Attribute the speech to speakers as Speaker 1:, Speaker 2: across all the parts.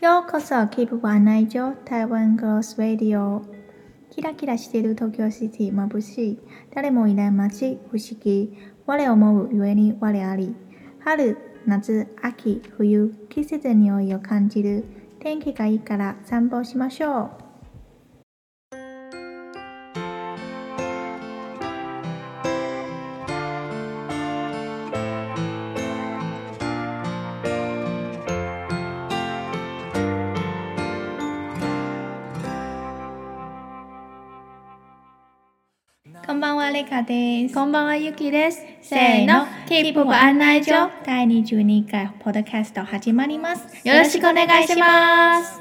Speaker 1: ようこそ Keep 案内所台湾 Girls Radio キラキラしている東京シティ眩しい誰もいない街不思議我思うゆえに我あり春夏秋冬季節の匂いを感じる天気がいいから散歩しましょう
Speaker 2: こんばんは、レカです。
Speaker 1: こんばんはゆきです
Speaker 2: せーの、キープご案内所。よ
Speaker 1: 第22回ポッドキャスト始まります
Speaker 2: ろしくお願いします。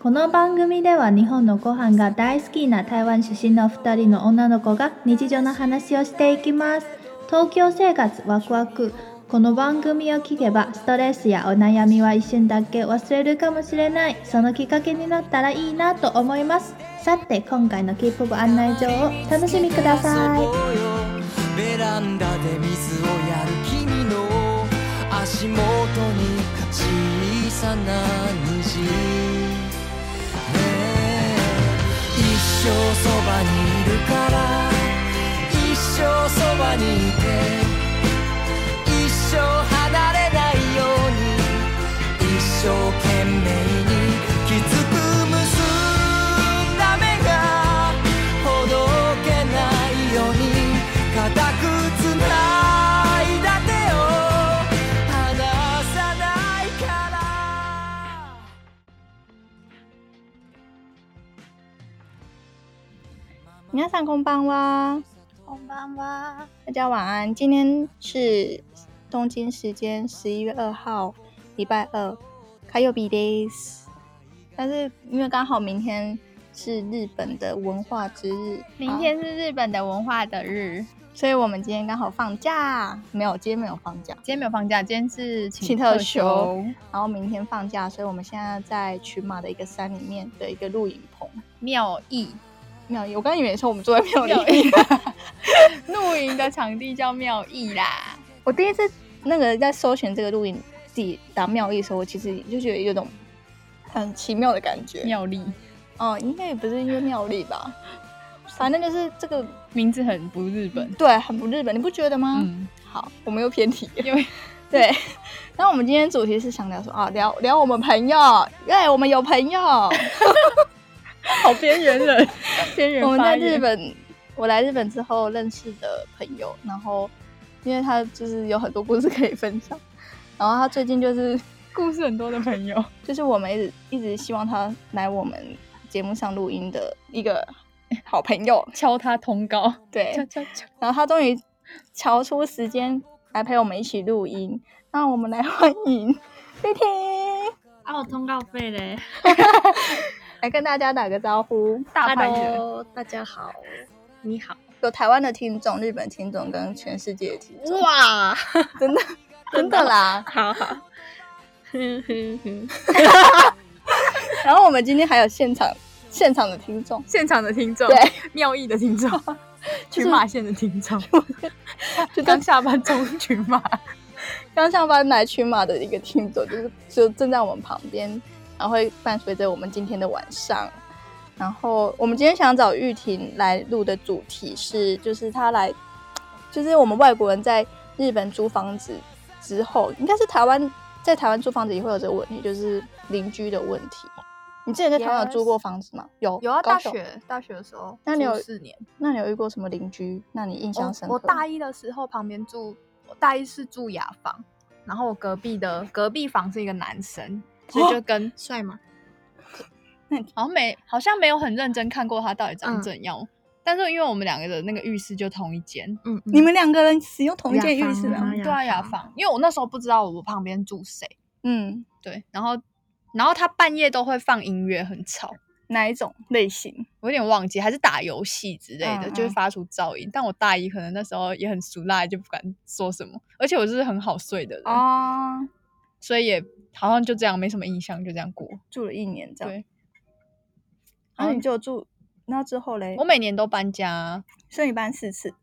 Speaker 1: この番組では日本のご飯が大好きな台湾出身の2人の女の子が日常の話をしていきます東京生活ワクワクこの番組を聞けばストレスやお悩みは一瞬だけ忘れるかもしれないそのきっかけになったらいいなと思いますさて今回のキープ部案内状を楽しみください
Speaker 3: ベランダで水をやる君の足元に小さな虹ねえ一生そばにいるから一生そばにいて一生離れないように一生懸命にきつく結んだ目がほどけないように固くつないだ手を離さないから
Speaker 2: 皆さんこんばんは，
Speaker 1: こんばんは
Speaker 2: 大家晚安。今天是东京时间十一月二号，礼拜二，开有 B days。但是因为刚好明天是日本的文化之日，
Speaker 4: 明天是日本的文化的日，
Speaker 2: 好，所以我们今天刚好放假，没有，今天没有放假，
Speaker 4: 今天没有放假，今天是
Speaker 2: 请
Speaker 4: 请
Speaker 2: 特
Speaker 4: 特
Speaker 2: 休
Speaker 4: 休。
Speaker 2: 然后明天放假，所以我们现在在群马的一个山里面的一个露营棚。
Speaker 4: 妙意
Speaker 2: 庙宇，我刚以为说我们住在庙
Speaker 4: 妙
Speaker 2: 里。
Speaker 4: 意，露营的场地叫妙意啦。
Speaker 2: 我第一次那个在搜寻这个录影地打庙意的时候，我其实就觉得有种很奇妙的感觉。
Speaker 4: 妙丽
Speaker 2: 哦，应该也不是因为庙里吧， 反正就是这个
Speaker 4: 名字很不日本，
Speaker 2: 对，很不日本，你不觉得吗？
Speaker 4: 嗯，
Speaker 2: 好，我们又偏题了，
Speaker 4: 因为
Speaker 2: 对。那我们今天主题是想聊说啊，聊聊我们朋友，耶、我们有朋友。
Speaker 4: 好边缘 人，边缘
Speaker 2: 我们
Speaker 4: 发
Speaker 2: 在
Speaker 4: 言
Speaker 2: 日本，我来日本之后认识的朋友，然后因为他就是有很多故事可以分享，然后他最近就是
Speaker 4: 故事很多的朋友，
Speaker 2: 就是我们一直一直希望他来我们节目上录音的一个 好朋友，
Speaker 4: 敲他通告，
Speaker 2: 对，
Speaker 4: 敲敲敲，
Speaker 2: 然后他终于瞧出时间来陪我们一起录音，那我们来欢迎菲婷，
Speaker 5: 啊，我通告费嘞！
Speaker 2: 来跟大家打个招呼，
Speaker 4: 大牌人，
Speaker 5: Hello，大家好，你好。
Speaker 2: 有台湾的听众、日本听众跟全世界的听众，
Speaker 5: 哇，
Speaker 2: 真的啦，
Speaker 5: 好好。哼哼哼，
Speaker 2: 然后我们今天还有现场现场的听众，
Speaker 4: 现场的听众
Speaker 2: 对，
Speaker 4: 妙意的听 众，
Speaker 2: 就是
Speaker 4: 县的听 众，
Speaker 2: 就刚
Speaker 4: 刚下班中群马，
Speaker 2: 刚上班来群马的一个听众，就是就正在我们旁边，然后呃会伴随着我们今天的晚上。然后我们今天想找玉婷来录的主题是，就是她来，就是我们外国人在日本租房子之后，应该是台湾在台湾租房子也会有这个问题，就是邻居的问题。你之前在台湾有
Speaker 4: Yes
Speaker 2: 租过房子吗？有，
Speaker 4: 有啊，
Speaker 2: 高
Speaker 4: 大
Speaker 2: 雄。
Speaker 4: 学大学的时候，
Speaker 2: 那你有
Speaker 4: 住四年？
Speaker 2: 那你有遇过什么邻居？那你印象
Speaker 4: 我
Speaker 2: 深刻？
Speaker 4: 哦我大一的时候旁边住，我大一是住雅房，然后我隔壁的隔壁房是一个男生，所以就跟、
Speaker 5: 帅 吗？
Speaker 4: 好像没好像没有很认真看过他到底长怎样。但是因为我们两个的那个浴室就同一间，
Speaker 5: 嗯，
Speaker 2: 你们两个人使用同一间
Speaker 5: 雅
Speaker 2: 浴室
Speaker 5: 房
Speaker 2: 啊
Speaker 5: 啊？雅
Speaker 4: 对啊，雅
Speaker 5: 房
Speaker 4: 房。因为我那时候不知道我旁边住谁，
Speaker 2: 嗯，
Speaker 4: 对，然后然后他半夜都会放音乐，很吵，
Speaker 2: 哪一种类型？
Speaker 4: 我有点忘记，还是打游戏之类的，
Speaker 2: 嗯
Speaker 4: 就会
Speaker 2: 嗯
Speaker 4: 发出噪音。但我大一可能那时候也很俗辣，就不敢说什么，而且我就是很好睡的人，
Speaker 2: 哦、
Speaker 4: 所以也好像就这样，没什么印象，就这样过。
Speaker 2: 住了一年这样。
Speaker 4: 对，
Speaker 2: 然后你
Speaker 4: 嗯
Speaker 2: 哦就住，那之后嘞
Speaker 4: 我，每年都搬家，
Speaker 2: 所以你搬四次。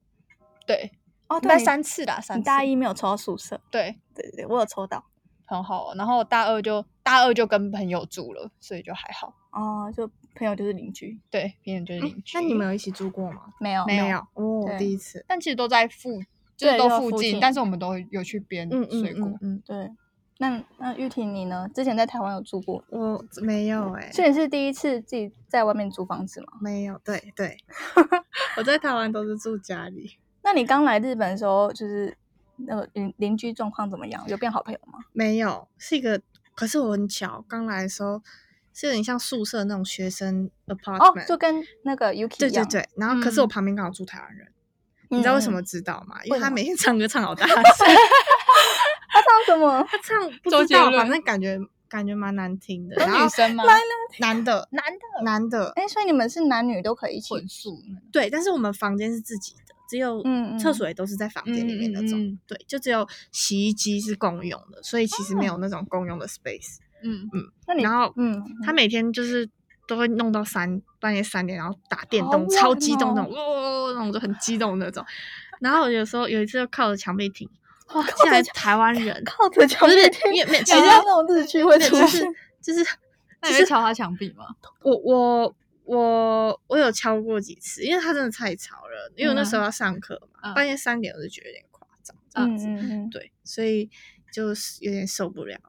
Speaker 4: 对，
Speaker 2: 哦，对，
Speaker 4: 搬
Speaker 2: 你
Speaker 4: 三次啦，三
Speaker 2: 你
Speaker 4: 次。
Speaker 2: 大一没有抽到宿舍，
Speaker 4: 对，
Speaker 2: 对对对，我有抽到。
Speaker 4: 很好哦玩。然后我大二就大二就跟朋友住了，所以就还好。
Speaker 2: 哦，就朋友就是邻居，
Speaker 4: 对，别人
Speaker 3: 啊
Speaker 4: 就是
Speaker 6: 哎
Speaker 4: 邻居。
Speaker 6: 那你们有一起住过吗？
Speaker 2: 没有
Speaker 4: 没有
Speaker 6: 有哦
Speaker 2: 对，
Speaker 6: 第一次。
Speaker 4: 但其实都在附，就是
Speaker 2: 对
Speaker 4: 都
Speaker 2: 都
Speaker 4: 附
Speaker 2: 附
Speaker 4: 近，
Speaker 2: 近
Speaker 4: 但是我们都有去边
Speaker 6: 嗯嗯
Speaker 4: 睡过。
Speaker 6: 嗯嗯，
Speaker 2: 对。那那玉婷你呢？之前在台湾有住过，
Speaker 6: 我没有哎，
Speaker 2: 所以你是第一次自己在外面租房子吗？
Speaker 6: 没有，对对， 我在台湾都是住家里，
Speaker 2: 那你刚来日本的时候，就是那个邻邻居状况怎么样？有变好朋友吗？
Speaker 6: 没有是一个，可是我很巧，刚来的时候是有点像宿舍那种学生
Speaker 2: 哦
Speaker 6: apartment，，
Speaker 2: 就跟那个 Yuki
Speaker 6: 对
Speaker 2: 一
Speaker 6: 对
Speaker 2: 样，
Speaker 6: 对，然后可是
Speaker 4: 嗯
Speaker 6: 我旁边刚好住台湾人，
Speaker 2: 嗯
Speaker 6: 你知道为什
Speaker 2: 嗯
Speaker 6: 么知道吗？因为
Speaker 2: 为
Speaker 6: 他
Speaker 2: 什么
Speaker 6: 每天哦唱歌唱好大声，
Speaker 2: 他唱什么？
Speaker 6: 他 唱不
Speaker 4: 周
Speaker 6: 知
Speaker 4: 杰
Speaker 6: 道，
Speaker 4: 伦
Speaker 6: 反正感觉感觉蛮难听的。
Speaker 4: 都
Speaker 6: 然后
Speaker 4: 女生吗？
Speaker 6: 男的
Speaker 4: 男的
Speaker 6: 男的
Speaker 2: 哎、所以你们是男女都可以一起
Speaker 4: 混宿那种，
Speaker 6: 对，但是我们房间是自己的，只有
Speaker 2: 嗯嗯
Speaker 6: 厕所也都是在房间里面那种。
Speaker 4: 嗯嗯嗯
Speaker 6: 对，就只有洗衣机是共用的，所以其实没有那种共用的 space。
Speaker 4: 嗯，
Speaker 2: 那你
Speaker 6: 然后
Speaker 2: 嗯，
Speaker 6: 他每天就是都会弄到三半夜三点，然后打电
Speaker 2: 好
Speaker 6: 动，超
Speaker 2: 晚
Speaker 6: 激动那
Speaker 2: 哦
Speaker 6: 种，哇、那种就很激动那种。然后有时候有一次就靠着墙壁听，
Speaker 2: 靠
Speaker 6: 竟然
Speaker 2: 着
Speaker 6: 是台湾人，
Speaker 2: 靠着墙
Speaker 6: 不
Speaker 2: 壁
Speaker 6: 是
Speaker 2: 听，
Speaker 6: 因为没其
Speaker 2: 想
Speaker 6: 实
Speaker 2: 到那种日剧会
Speaker 6: 对
Speaker 2: 出
Speaker 6: 就是
Speaker 2: 现
Speaker 6: 就是
Speaker 4: 那你会敲他墙壁吗？
Speaker 6: 我我我我有敲过几次，因为他真的太吵了，因为我那时候要上课嘛，
Speaker 4: 嗯
Speaker 6: 半夜三点我就觉得有点夸张，这样
Speaker 2: 嗯
Speaker 6: 子，
Speaker 2: 嗯嗯
Speaker 6: 对，所以就是有点受不了。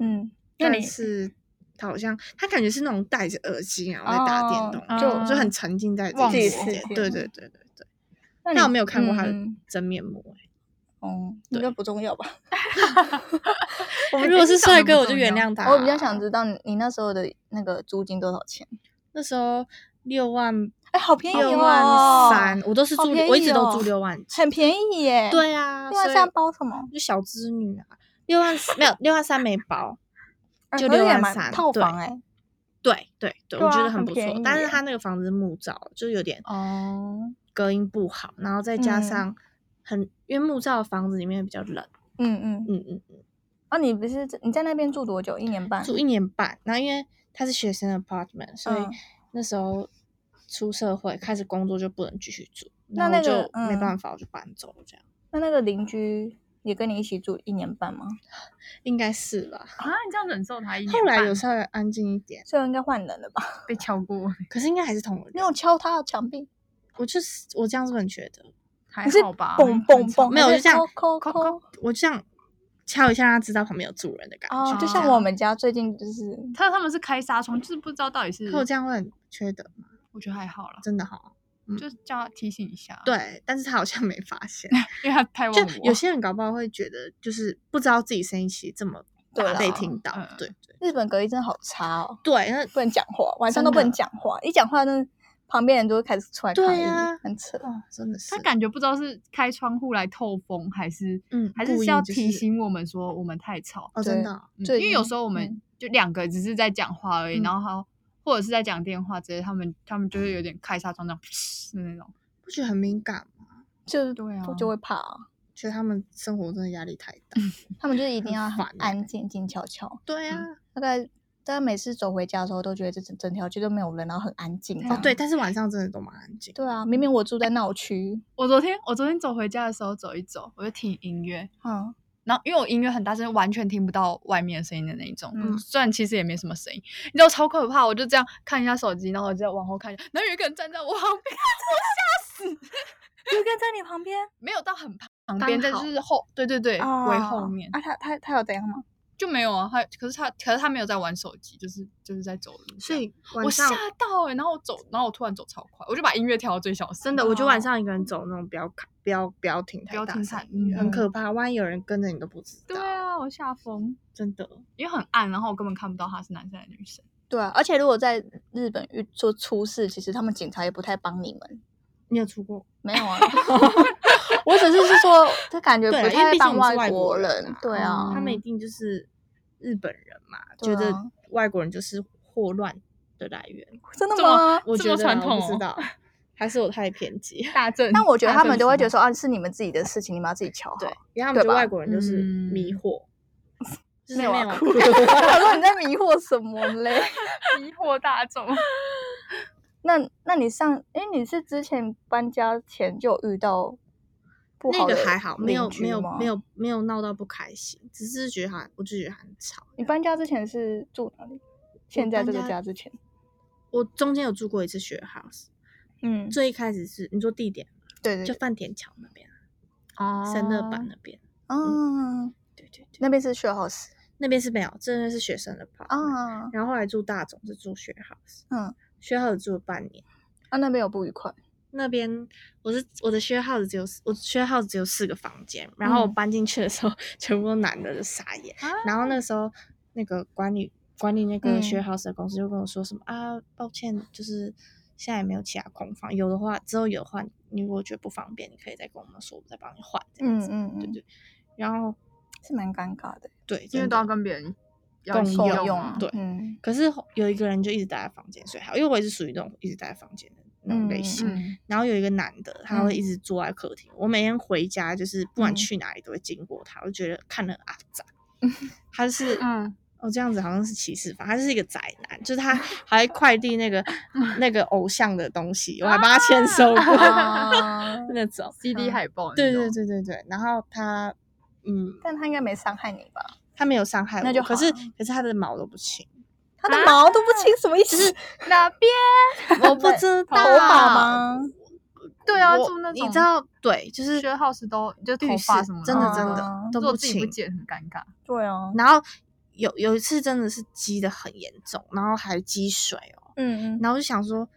Speaker 2: 嗯，那
Speaker 6: 但
Speaker 2: 你
Speaker 6: 是他好像他感觉是那种戴着耳机然后在打电动
Speaker 2: 哦
Speaker 6: 那
Speaker 4: 就
Speaker 6: 种，就很沉浸在自
Speaker 4: 忘
Speaker 6: 己
Speaker 4: 我
Speaker 6: 世界
Speaker 2: 自己。
Speaker 6: 对对对对对，
Speaker 2: 那
Speaker 6: 但
Speaker 2: 你
Speaker 6: 我没有看过他的
Speaker 2: 嗯嗯
Speaker 6: 真面目、欸。
Speaker 2: 哦，应该不重要吧？
Speaker 6: 如
Speaker 2: 哎
Speaker 6: 果是帅哥，
Speaker 4: 不
Speaker 6: 我就
Speaker 4: 重
Speaker 6: 原
Speaker 4: 要
Speaker 6: 谅他、
Speaker 2: 我比较想，知道你你那时候的那个租金多少钱？
Speaker 6: 那时候六万
Speaker 2: 哎，好便宜
Speaker 6: 六
Speaker 2: 哦，
Speaker 6: 万三，我都是
Speaker 2: 好
Speaker 6: 住，
Speaker 2: 便
Speaker 6: 我一直
Speaker 2: 宜
Speaker 6: 都
Speaker 2: 哦
Speaker 6: 住六万七。
Speaker 2: 很便宜耶。，
Speaker 6: 对啊，
Speaker 2: 六万
Speaker 6: 所以
Speaker 2: 三包什么？
Speaker 6: 就小织女啊，六万四没有六万三没 包，就
Speaker 2: 啊可是
Speaker 6: 六
Speaker 2: 也
Speaker 6: 万
Speaker 2: 蛮
Speaker 6: 三
Speaker 2: 套
Speaker 6: 对
Speaker 2: 房哎，
Speaker 6: 对对对，
Speaker 2: 对
Speaker 6: 我觉
Speaker 2: 啊
Speaker 6: 得
Speaker 2: 很
Speaker 6: 不
Speaker 2: 便
Speaker 6: 错
Speaker 2: 宜。
Speaker 6: 但是
Speaker 2: 耶
Speaker 6: 他那个房子是木造，就有点
Speaker 4: 哦，
Speaker 6: 隔音不好，然后再加
Speaker 2: 嗯
Speaker 6: 上很因为木造的房子里面比较冷，
Speaker 2: 嗯嗯。
Speaker 6: 嗯嗯，
Speaker 2: 啊，你不是你在那边住多久？一年半？
Speaker 6: 住一年半，然后因为他是学生 apartment，所以
Speaker 2: 嗯
Speaker 6: 那时候出社会开始工作就不能继续住，
Speaker 2: 那
Speaker 6: 然后
Speaker 2: 那个
Speaker 6: 就没
Speaker 2: 嗯
Speaker 6: 办法，我就搬走了这样，
Speaker 2: 那那个邻居也跟你一起住一年半吗？
Speaker 6: 应该是吧。
Speaker 4: 啊，你这样忍受他一年
Speaker 6: 后来有
Speaker 2: 哦
Speaker 4: 半
Speaker 6: 稍微安静一点，
Speaker 2: 所以应该换人了吧？
Speaker 4: 被敲过，
Speaker 6: 可是应该还是同
Speaker 2: 你
Speaker 6: 人。
Speaker 2: 有敲他的墙壁？
Speaker 6: 我就是我这样是不是很觉得？
Speaker 4: 还
Speaker 2: 你是
Speaker 4: 好吧？
Speaker 2: 蹦蹦蹦，
Speaker 6: 没有，我
Speaker 2: 还
Speaker 6: 就是这样
Speaker 2: 抠抠抠。
Speaker 6: 我就这样敲一下，让他知道旁边有住人的感
Speaker 2: 哦
Speaker 6: 觉。，
Speaker 2: 就
Speaker 4: 这
Speaker 2: 像
Speaker 4: 样
Speaker 2: 我们家最近就是，
Speaker 4: 他他们是开纱窗，就是不知道到底是
Speaker 6: 可我这样会很缺德吗？
Speaker 4: 我觉得还好啦，
Speaker 6: 真的哈。
Speaker 4: 就是叫他提醒一下。，
Speaker 6: 对，但是他好像没发现，
Speaker 4: 因为他太忘
Speaker 6: 就
Speaker 4: 我。
Speaker 6: 有些人搞不好会觉得，就是不知道自己声音其实这么
Speaker 2: 对
Speaker 6: 大
Speaker 2: 啦
Speaker 6: 被听到
Speaker 4: 嗯。
Speaker 6: 对对
Speaker 2: 日本隔音真的好差哦，
Speaker 6: 对，那
Speaker 2: 不能讲话，晚上都不能
Speaker 6: 真的
Speaker 2: 讲话，一讲话那旁边人就会开始出来抗
Speaker 6: 对
Speaker 2: 议
Speaker 6: 呀，
Speaker 2: 很扯。
Speaker 6: 哦，真的是
Speaker 4: 他感觉不知道是开窗户来透风，还是
Speaker 6: 嗯
Speaker 4: 还
Speaker 6: 故
Speaker 4: 是是
Speaker 6: 意
Speaker 4: 要
Speaker 6: 就
Speaker 4: 提
Speaker 6: 是
Speaker 4: 醒我们说我们太吵，
Speaker 6: 哦，真的哦
Speaker 4: 嗯
Speaker 2: 对
Speaker 4: 因为有时候我们
Speaker 2: 嗯
Speaker 4: 就两个只是在讲话而已，
Speaker 6: 嗯
Speaker 4: 然后他或者是在讲电话之类，他们他们就会有点开纱窗那种 的那种，
Speaker 6: 不觉得很敏感吗？
Speaker 2: 就是
Speaker 4: 对啊
Speaker 2: 就会怕啊，
Speaker 6: 觉得他们生活真的压力太大。
Speaker 4: 嗯
Speaker 2: 他们就是一定要
Speaker 6: 很
Speaker 2: 很
Speaker 6: 烦欸
Speaker 2: 安静、静悄悄。
Speaker 6: 对啊，
Speaker 4: 嗯
Speaker 2: 大概大家每次走回家的时候，都觉得这整整条街都没有人，然后很安静。
Speaker 4: 嗯
Speaker 6: 哦对，，但是晚上真的都蛮安静。
Speaker 2: 对啊，明明我住在闹区，
Speaker 4: 我昨天我昨天走回家的时候走一走，我就听音乐，
Speaker 2: 嗯，
Speaker 4: 然后因为我音乐很大声，完全听不到外面的声音的那一种。
Speaker 2: 嗯
Speaker 4: 虽然其实也没什么声音，你知道超可怕，我就这样看一下手机，然后我就往后看一下，然后有一个人站在我旁边，
Speaker 2: 有个人在你旁边
Speaker 4: 没有到很旁旁边，但
Speaker 6: 好哦
Speaker 4: 就是后，对对对，围后面
Speaker 2: 啊，他他他有怎样吗？
Speaker 4: 就没有啊。他可是他可是他没有在玩手机，就是就是在走路这
Speaker 6: 所
Speaker 4: 样。
Speaker 6: 以
Speaker 4: 我
Speaker 6: 晚
Speaker 4: 吓
Speaker 6: 上
Speaker 4: 到哎、欸，然后我走，然后我突然走超快，我就把音乐调到最小声，哦
Speaker 6: 真的，我觉得晚
Speaker 2: 哦
Speaker 6: 上一个人走那种不要开不要不要停
Speaker 4: 不
Speaker 6: 太
Speaker 4: 要
Speaker 6: 大
Speaker 4: 听
Speaker 6: 声
Speaker 4: 太
Speaker 6: 音乐很
Speaker 4: 嗯
Speaker 6: 可怕。万一有人跟着你都不知道。
Speaker 4: 对啊，我吓疯，
Speaker 6: 真的。
Speaker 4: 因为很暗，然后我根本看不到他是男生还是女生。
Speaker 2: 对啊，而且如果在日本遇做出事，其实他们警察也不太帮你们。
Speaker 6: 你有出过？
Speaker 2: 没 有啊，我只是是说，他感觉
Speaker 6: 对啊，
Speaker 2: 不
Speaker 6: 因为
Speaker 2: 太
Speaker 6: 毕竟我
Speaker 2: 帮
Speaker 6: 们是
Speaker 2: 外
Speaker 6: 国
Speaker 2: 国
Speaker 6: 人
Speaker 2: 人
Speaker 6: 啊，，
Speaker 2: 对啊，
Speaker 6: 他们一定就是日本人嘛，
Speaker 2: 对
Speaker 6: 觉
Speaker 2: 啊
Speaker 6: 得外国人就是祸乱的来源。
Speaker 2: 真的
Speaker 4: 这么
Speaker 2: 吗？
Speaker 6: 我
Speaker 4: 这
Speaker 6: 觉
Speaker 4: 么
Speaker 6: 得
Speaker 4: 传
Speaker 6: 啊我
Speaker 4: 统
Speaker 6: 不
Speaker 4: 哦
Speaker 6: 知道，还是我太偏激。
Speaker 4: 大正，
Speaker 2: 但我觉得他们都会觉得
Speaker 4: 得。
Speaker 2: 说，啊，是你们自己的事情，你们要自己瞧好。
Speaker 6: 对，因为他们
Speaker 2: 哦对
Speaker 6: 觉
Speaker 2: 吧
Speaker 6: 得外国人就是迷
Speaker 4: 嗯
Speaker 6: 惑，就是
Speaker 2: 没有啊，
Speaker 6: 那
Speaker 2: 哭了。
Speaker 6: 种
Speaker 2: 我说你在迷惑什么嘞？
Speaker 4: 迷惑大 众。
Speaker 2: 那那你上，哎，你是之前搬家前就有遇到不
Speaker 6: 那
Speaker 2: 好
Speaker 6: 个
Speaker 2: 的
Speaker 6: 还好，没有
Speaker 2: 邻居
Speaker 6: 没有
Speaker 2: 吗
Speaker 6: 没有没有闹到不开心，只是觉得很，我就觉得很吵。
Speaker 2: 你搬家之前是住哪里？现在这个家之前，
Speaker 6: 我中间有住过一次 share house，
Speaker 2: 嗯，
Speaker 6: 最一开始是你说地点
Speaker 2: 对对
Speaker 6: 就
Speaker 2: 对，
Speaker 6: 饭田桥那边，
Speaker 5: 哦
Speaker 6: 三乐坂那边，
Speaker 2: 嗯，
Speaker 6: 对对对，
Speaker 2: 那边是 share house
Speaker 6: 那边是没有，真的是学生的吧？
Speaker 2: 啊，
Speaker 6: 然后后来住大总是住 share house，
Speaker 2: 嗯，
Speaker 6: ，share house 住了半年。
Speaker 2: 啊那边有不愉快，
Speaker 6: 那边我是我的 share house 只有我 share house 只有四个房间，然后我
Speaker 2: 嗯啊
Speaker 6: 搬进去的时候、全部都男的，就傻眼。然后那时候那个管理管理那个
Speaker 2: 嗯
Speaker 6: share house 的公司就跟我说什么、啊，抱歉，就是现在也没有其他空房，有的话之后有的话，你如果觉得不方便，你可以再跟我们说，我们再帮你换这样
Speaker 2: 嗯
Speaker 6: 子。
Speaker 2: 嗯
Speaker 6: 对
Speaker 2: 嗯，
Speaker 6: 对。然后
Speaker 2: 是蛮尴尬的，
Speaker 6: 对，
Speaker 7: 因为
Speaker 6: 真
Speaker 7: 都
Speaker 6: 的
Speaker 7: 要跟别 人要
Speaker 6: 共
Speaker 7: 一起
Speaker 2: 共
Speaker 6: 用
Speaker 2: 用
Speaker 7: 啊
Speaker 6: 对
Speaker 2: 嗯
Speaker 6: 可是有一个人就一直待在房间睡好，因为我也是属于那种一直待在房间的那种类
Speaker 2: 嗯
Speaker 6: 型。
Speaker 7: 嗯，
Speaker 6: 然后有一个男的，他会
Speaker 2: 嗯
Speaker 6: 一直坐在客厅。我每天回家就是不管
Speaker 2: 嗯
Speaker 6: 去哪里都会经过他，我就觉得看得很阿杂。 他就是，
Speaker 7: 嗯
Speaker 6: 哦，这样子好像是歧视吧？他是一个宅男，就是他还快递那个那个偶像的东西，我还帮他签 收过、
Speaker 4: 哦
Speaker 2: 啊
Speaker 6: 那种。
Speaker 4: 嗯
Speaker 7: ，CD 嗯海报，
Speaker 6: 对对，对对对，然后他，嗯，
Speaker 2: 但他应该没伤害你吧？
Speaker 6: 他没有伤害我，
Speaker 2: 那就
Speaker 6: 可是
Speaker 2: 好
Speaker 6: 可是他的毛都不清，
Speaker 2: 他的毛都不清，什么意思？
Speaker 4: 哪边？
Speaker 6: 我不知道
Speaker 2: 头发？吗？
Speaker 7: 对啊，
Speaker 6: 我
Speaker 7: 住那
Speaker 6: 你
Speaker 7: 种
Speaker 6: 知道，对，就是
Speaker 7: 学 house 都就
Speaker 6: 浴
Speaker 7: 头发
Speaker 6: 室
Speaker 7: 什么的
Speaker 6: 真的
Speaker 7: 啊
Speaker 6: 真的
Speaker 2: 啊
Speaker 6: 都
Speaker 7: 如果
Speaker 6: 不
Speaker 7: 自己不
Speaker 6: 清，
Speaker 7: 剪很尴尬，
Speaker 2: 对啊，
Speaker 6: 然后有有一次真的是积的很严重，然后还积水哦，
Speaker 2: 嗯嗯
Speaker 6: 然后就想说，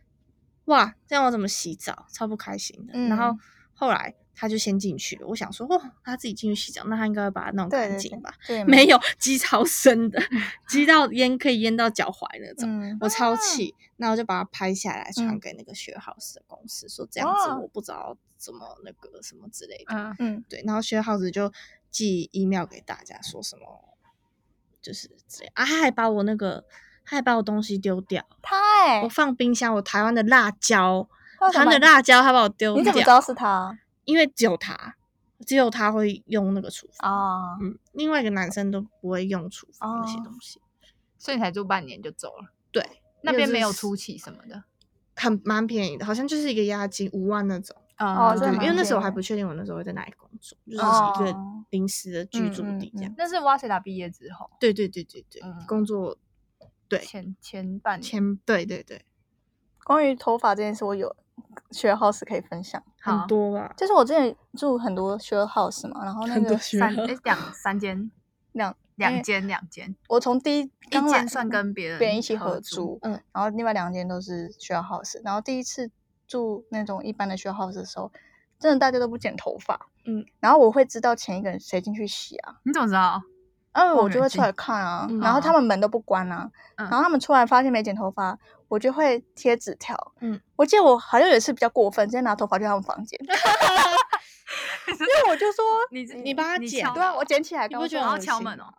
Speaker 6: 哇，这样我怎么洗澡？超不开心的。然后
Speaker 2: 嗯
Speaker 6: 后来他就先进去了，我想说，哇，他自己进去洗澡，那他应该会把它弄
Speaker 2: 对
Speaker 6: 干
Speaker 2: 对
Speaker 6: 净
Speaker 2: 对
Speaker 6: 吧？
Speaker 2: 对，
Speaker 6: 没有，积超 深的，积到淹可以淹到脚踝那种。
Speaker 2: 嗯
Speaker 6: 我超气，那我就把它拍下来，传
Speaker 2: 嗯
Speaker 6: 给那个学 house 的公司，说这样子
Speaker 2: 哦
Speaker 6: 我不知道怎么那个什么之类的。
Speaker 7: 嗯，
Speaker 2: 嗯
Speaker 6: 对，然后薛耗子就寄 email 给大家说什么，就是这样啊，他还把我那个，他还把我东西丢掉，
Speaker 2: 他哎
Speaker 6: 我，放冰箱，我台湾的辣椒，
Speaker 2: 他
Speaker 6: 台湾的辣椒，他把我丢掉，
Speaker 2: 你怎么知道是他？
Speaker 6: 因为只有他，只有他会用那个厨房，
Speaker 2: 啊？
Speaker 6: 嗯，另外一个男生都不会用厨房那些
Speaker 2: 哦
Speaker 6: 东西，
Speaker 7: 所以才住半年就走了，
Speaker 6: 对，
Speaker 7: 那
Speaker 6: 因为
Speaker 7: 边
Speaker 6: 这
Speaker 7: 没有
Speaker 6: 是
Speaker 7: 出气什么的，
Speaker 6: 很蛮便宜的，好像就是一个押金五万那种。
Speaker 2: 哦这
Speaker 6: 对
Speaker 2: 还
Speaker 6: 因
Speaker 2: 蛮
Speaker 6: 为那时
Speaker 2: 便
Speaker 6: 候我
Speaker 2: 宜
Speaker 6: 还
Speaker 2: 的
Speaker 6: 不确定我那时候会在哪里工作，就是一个
Speaker 2: 哦
Speaker 6: 临时的居
Speaker 2: 嗯
Speaker 6: 住
Speaker 2: 嗯
Speaker 6: 地这样。
Speaker 7: 那是瓦塞达毕业之后，
Speaker 6: 对对对对对，
Speaker 7: 嗯
Speaker 6: 工作对
Speaker 7: 前前半年，
Speaker 6: 前对对对，
Speaker 2: 关于头发这件事，我有学 house 可以分享。
Speaker 7: 好
Speaker 6: 很多吧，
Speaker 2: 就是我之前住很多 share house 嘛，然后那
Speaker 6: 很多
Speaker 2: 个
Speaker 6: share
Speaker 7: 三
Speaker 4: 哎
Speaker 7: 诶两三 间，
Speaker 2: 两因
Speaker 7: 两
Speaker 2: 为
Speaker 7: 间两间，
Speaker 2: 我从第一刚
Speaker 7: 一
Speaker 2: 来嗯
Speaker 7: 间算跟哎别人
Speaker 2: 别人一起
Speaker 7: 合
Speaker 2: 合租，
Speaker 6: 嗯
Speaker 2: 嗯，然后另外两间都是 share house。然后第一次住那种一般的 share house 的时候，真的大家都不剪头发，
Speaker 6: 嗯，
Speaker 2: 然后我会知道前一个人谁进去洗啊，
Speaker 7: 你怎么知道？
Speaker 2: 然后
Speaker 7: 望
Speaker 2: 我就
Speaker 7: 远
Speaker 2: 会出
Speaker 7: 镜
Speaker 2: 来看啊，
Speaker 6: 嗯
Speaker 2: 然后他们门都不关啊，
Speaker 7: 嗯
Speaker 2: 然后他们出来发现没剪头发，我就会贴纸条，
Speaker 6: 嗯，
Speaker 2: 我记得我好像有一次比较过分，直接拿头发去他们房 间，因为我就说，
Speaker 7: 你自
Speaker 6: 你帮他
Speaker 7: 你
Speaker 6: 剪
Speaker 7: 敲
Speaker 2: 对啊，我捡起来
Speaker 6: 你
Speaker 2: 跟
Speaker 6: 不
Speaker 2: 我
Speaker 6: 觉
Speaker 2: 说，
Speaker 6: 得
Speaker 7: 然后
Speaker 6: 很
Speaker 7: 敲
Speaker 6: 心
Speaker 7: 门哦
Speaker 6: 吗？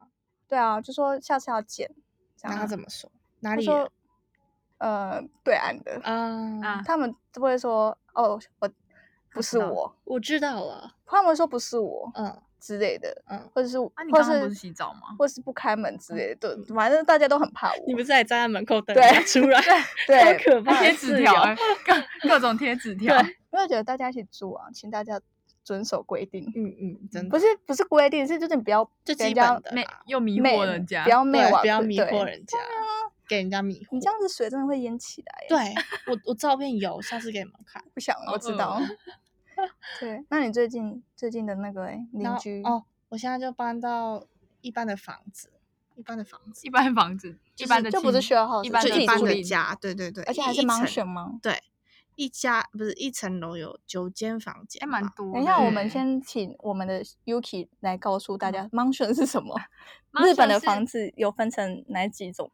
Speaker 2: 对啊，就说下次要剪，这
Speaker 6: 那
Speaker 2: 样
Speaker 6: 他
Speaker 2: 啊
Speaker 6: 怎么说？哪
Speaker 2: 他
Speaker 6: 里
Speaker 2: 说
Speaker 6: 人
Speaker 2: 呃对岸的，
Speaker 6: 啊？
Speaker 4: 嗯
Speaker 7: 啊
Speaker 2: 他们都会说哦我不
Speaker 7: 知
Speaker 2: 是
Speaker 7: 道
Speaker 2: 我，
Speaker 6: 我知道了，
Speaker 2: 他们会说不是我
Speaker 6: 嗯，
Speaker 2: 之类的，
Speaker 6: 嗯
Speaker 2: 或者是
Speaker 7: 啊你
Speaker 2: 或
Speaker 7: 刚刚不是
Speaker 2: 是
Speaker 7: 洗澡吗
Speaker 2: 或是不开门之类的，对，反正大家都很怕我，
Speaker 6: 嗯你不是还站在门口等
Speaker 2: 对
Speaker 6: 人家出来？
Speaker 2: 对
Speaker 6: 好可怕的
Speaker 7: 贴
Speaker 6: 室友，
Speaker 7: 纸条欸，各各种贴纸条，
Speaker 2: 因为觉得大家一起住啊，请大家遵守规定，
Speaker 6: 嗯嗯，真
Speaker 2: 不
Speaker 6: 的，
Speaker 2: 是不是规定，是就是你不要
Speaker 6: 就
Speaker 2: 给人
Speaker 6: 基
Speaker 2: 家
Speaker 6: 本的
Speaker 7: 没
Speaker 4: 啊
Speaker 6: 啦，
Speaker 7: 又迷
Speaker 2: 媚
Speaker 7: 惑人家，
Speaker 2: 不要媚
Speaker 6: 啊对
Speaker 2: 网，
Speaker 6: 不要迷
Speaker 2: 对
Speaker 6: 惑。人家，给人家迷惑。
Speaker 2: 你这样子水真的会淹起来耶，
Speaker 6: 对我我照片有，下次给你们看。
Speaker 2: 不想了我知道。
Speaker 6: 嗯
Speaker 2: 对，那你最近最近的那个哎
Speaker 6: 然
Speaker 2: 邻
Speaker 6: 后
Speaker 2: 居
Speaker 6: 哦，我现在就搬到一般的房子，一般的房子，
Speaker 7: 一般房子，一
Speaker 6: 是
Speaker 7: 般的
Speaker 2: 就不是
Speaker 7: 亲
Speaker 2: 学
Speaker 4: 哦
Speaker 2: 好，
Speaker 7: 一般
Speaker 2: 自
Speaker 7: 的
Speaker 6: 就
Speaker 2: 己
Speaker 6: 一
Speaker 7: 住
Speaker 6: 般
Speaker 2: 处
Speaker 6: 的
Speaker 2: 理，
Speaker 6: 家，对对对，
Speaker 2: 而且
Speaker 6: 一
Speaker 2: 还是
Speaker 6: 一
Speaker 2: 盲
Speaker 6: 层
Speaker 2: 选吗？
Speaker 6: 对，一家不是一层楼有九间房间吧，
Speaker 7: 还蛮多的。
Speaker 2: 等一下，我们
Speaker 7: 嗯
Speaker 2: 先请我们的 Yuki 来告诉大家 mansion 是什么。
Speaker 4: Mansion
Speaker 2: 日本的
Speaker 4: 是
Speaker 2: 房子有分成哪几种？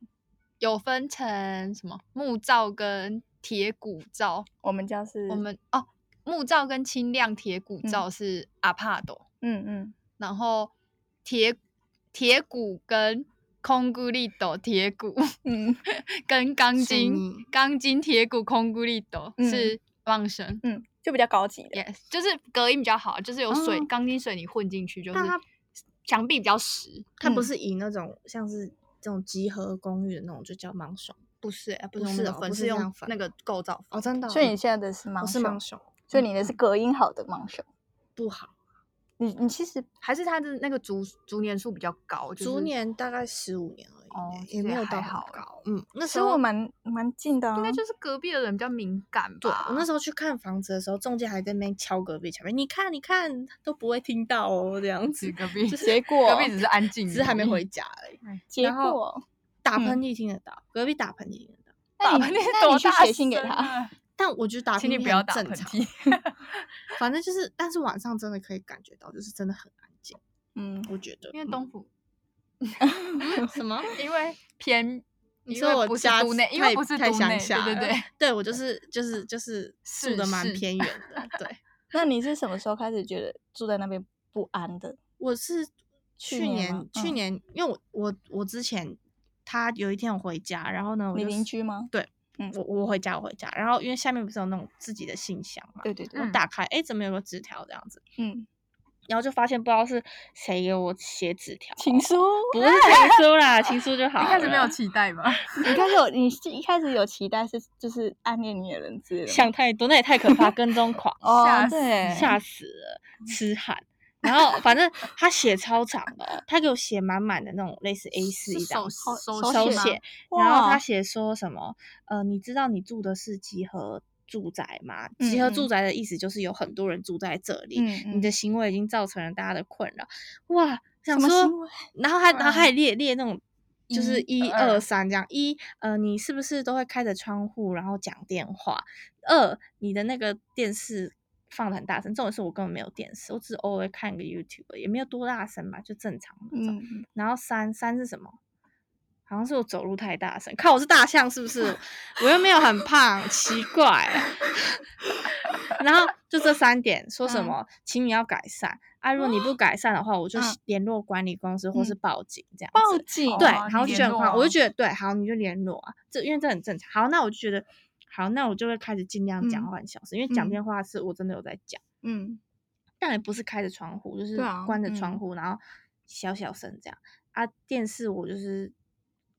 Speaker 4: 有分成什么木造跟铁骨造，
Speaker 2: 我们家是，
Speaker 4: 我们哦木造跟轻量铁骨造是阿帕斗，
Speaker 2: 嗯嗯，
Speaker 4: 然后铁铁骨跟空骨力斗铁骨，
Speaker 2: 嗯，
Speaker 4: 跟钢
Speaker 6: 水
Speaker 4: 筋
Speaker 6: 泥
Speaker 4: 钢筋铁骨空骨力斗
Speaker 2: 嗯
Speaker 4: 是旺神。
Speaker 2: 嗯，就比较高级的。
Speaker 4: Yes，就是隔音比较好，就是有水
Speaker 6: 哦
Speaker 4: 钢筋水泥混进去，就是
Speaker 6: 但它
Speaker 4: 墙壁比较实。
Speaker 6: 它不
Speaker 2: 嗯
Speaker 6: 是以那种像是这种集合公寓的那种就叫盲熊
Speaker 4: 不是，哎不
Speaker 6: 不
Speaker 4: 是我
Speaker 6: 是
Speaker 4: 们的
Speaker 6: 哦
Speaker 4: 粉
Speaker 6: 不
Speaker 4: 是
Speaker 6: 是这
Speaker 4: 用
Speaker 6: 样分
Speaker 4: 那个构造法
Speaker 6: 哦，真的哦、
Speaker 2: 所以你现在的是
Speaker 6: 我
Speaker 2: mansion，
Speaker 6: 是盲熊，
Speaker 2: 所以你的是隔音好的 mansion。
Speaker 6: 不好，
Speaker 2: 你你其实
Speaker 7: 还是他的那个逐逐年数比较高，就是
Speaker 6: 逐年大概十五年而已
Speaker 7: 哦
Speaker 6: 呢，
Speaker 7: 其
Speaker 6: 也
Speaker 7: 实
Speaker 6: 没
Speaker 7: 也
Speaker 6: 有
Speaker 7: 还
Speaker 6: 到
Speaker 7: 好
Speaker 6: 很高。嗯，那时
Speaker 2: 其实我
Speaker 6: 候
Speaker 2: 蛮蛮近的、啊，
Speaker 7: 应该就是隔壁的人比较敏感
Speaker 6: 对
Speaker 7: 吧。
Speaker 6: 我那时
Speaker 7: 候
Speaker 6: 候去看房子的时候，中介还在那边敲隔壁墙壁，你看你看都不会听到哦，这样子
Speaker 7: 只。隔 壁，
Speaker 6: 就是
Speaker 2: 结果
Speaker 7: 隔壁只是安静而已，
Speaker 6: 只是还没回家而已。
Speaker 2: 结
Speaker 6: 然后
Speaker 2: 果
Speaker 6: 打
Speaker 2: 嗯
Speaker 6: 喷嚏听得到，隔壁打喷嚏听得到，
Speaker 2: 那你
Speaker 7: 那你
Speaker 2: 那你去写信给
Speaker 7: 多大声
Speaker 2: 他，
Speaker 7: 啊
Speaker 6: 但我觉得打
Speaker 7: 请
Speaker 6: 喷
Speaker 7: 你
Speaker 6: 嚏
Speaker 7: 不要
Speaker 6: 很
Speaker 7: 打
Speaker 6: 正
Speaker 7: 喷
Speaker 6: 常。
Speaker 7: 嚏。
Speaker 6: 反正就是，但是晚上真的可以感觉到，就是真的很安静。
Speaker 2: 嗯，
Speaker 6: 我觉得，
Speaker 7: 因为
Speaker 6: 嗯
Speaker 7: 东 府，
Speaker 6: 什么？
Speaker 7: 因为偏，
Speaker 6: 你
Speaker 7: 因
Speaker 6: 说
Speaker 7: 为
Speaker 6: 我
Speaker 7: 不是
Speaker 6: 家
Speaker 7: 都内，因
Speaker 6: 太
Speaker 7: 为不是
Speaker 6: 太
Speaker 7: 都
Speaker 6: 乡
Speaker 7: 内，
Speaker 6: 下
Speaker 7: 对对
Speaker 6: 了
Speaker 7: 对，
Speaker 6: 对我就是就是就是住
Speaker 7: 是
Speaker 6: 的蛮
Speaker 7: 是
Speaker 6: 偏远的。对，
Speaker 2: 那你是什么时候开始觉得住在那边不安的？
Speaker 6: 我是
Speaker 2: 去
Speaker 6: 去
Speaker 2: 年
Speaker 6: 年
Speaker 2: 吗
Speaker 6: 去
Speaker 2: 嗯
Speaker 6: 年，因为我我我之前他有一天我回家，然后呢，我
Speaker 2: 你
Speaker 6: 就
Speaker 2: 邻
Speaker 6: 是
Speaker 2: 居吗？
Speaker 6: 对，
Speaker 2: 嗯
Speaker 6: 我我回家我回家，然后因为下面不是有那种自己的信箱嘛，
Speaker 2: 对对对，
Speaker 6: 我
Speaker 7: 嗯
Speaker 6: 打开，哎，怎么有个纸条这样子？
Speaker 2: 嗯，
Speaker 6: 然后就发现不知道是谁给我写纸条，
Speaker 2: 情书，
Speaker 6: 不是情 书啦，情书就好
Speaker 7: 一
Speaker 6: 了。
Speaker 7: 开始没有期待吧？
Speaker 2: 你开始有你是一开始有期待是就是暗恋你的人之类的吗
Speaker 6: 想太多，那也太可怕，跟踪狂，
Speaker 2: 哦
Speaker 7: 吓死
Speaker 2: 对，
Speaker 6: 吓死了，痴汉。然后反正他写超长的哦、他给我写满满的那种类似 A 四一
Speaker 7: 是
Speaker 6: 张
Speaker 7: 手手
Speaker 2: 手
Speaker 6: 手
Speaker 2: 写吗
Speaker 6: 写，然后
Speaker 2: 哇
Speaker 6: 他写说什么？呃，你知道你住的是集合住宅吗？集
Speaker 2: 嗯
Speaker 6: 合
Speaker 2: 嗯
Speaker 6: 住宅的意思就是有很多人住在这里，
Speaker 2: 嗯
Speaker 6: 你的
Speaker 2: 嗯
Speaker 6: 行为已经造成了大家的困扰。哇，想
Speaker 2: 么
Speaker 6: 说
Speaker 2: 行为，
Speaker 6: 然后他然后他
Speaker 7: 哇
Speaker 6: 也列列那种。就是
Speaker 7: 一
Speaker 6: 一
Speaker 7: 二
Speaker 6: 二三这样，一呃，你是不是都会开着窗户然后讲电话？二，你的那个电视放的很大声，重点是我根本没有电视，我只是偶尔看个 YouTube，而已也没有多大声吧，就正常那种。
Speaker 2: 嗯，嗯
Speaker 6: 然后三三是什么？好像是我走路太大声，看我是大象是不是？ 我又没有很胖，奇怪、 然后就这三点，说什么，请你要改善啊！如果你不改善的话，我就
Speaker 7: 嗯哦嗯
Speaker 6: 联络管理公司或是
Speaker 2: 嗯
Speaker 6: 报警这样
Speaker 2: 报
Speaker 6: 子。
Speaker 2: 警，
Speaker 6: 对，
Speaker 7: 哦
Speaker 6: 然后
Speaker 7: 你
Speaker 6: 就觉
Speaker 7: 联
Speaker 6: 得很
Speaker 7: 络
Speaker 6: 慌，我
Speaker 7: 哦
Speaker 6: 就觉得对，好，你就联络啊，这因为这很正常。好，那我就觉得，好，那我就会开始尽量讲
Speaker 2: 嗯
Speaker 6: 话很小声，因为讲
Speaker 2: 嗯
Speaker 6: 电话是我真的有在讲。
Speaker 2: 嗯，
Speaker 6: 但也不是开着窗户，就是
Speaker 2: 对啊
Speaker 6: 关着窗
Speaker 2: 嗯
Speaker 6: 户，然后小小声这样。啊，电视我就是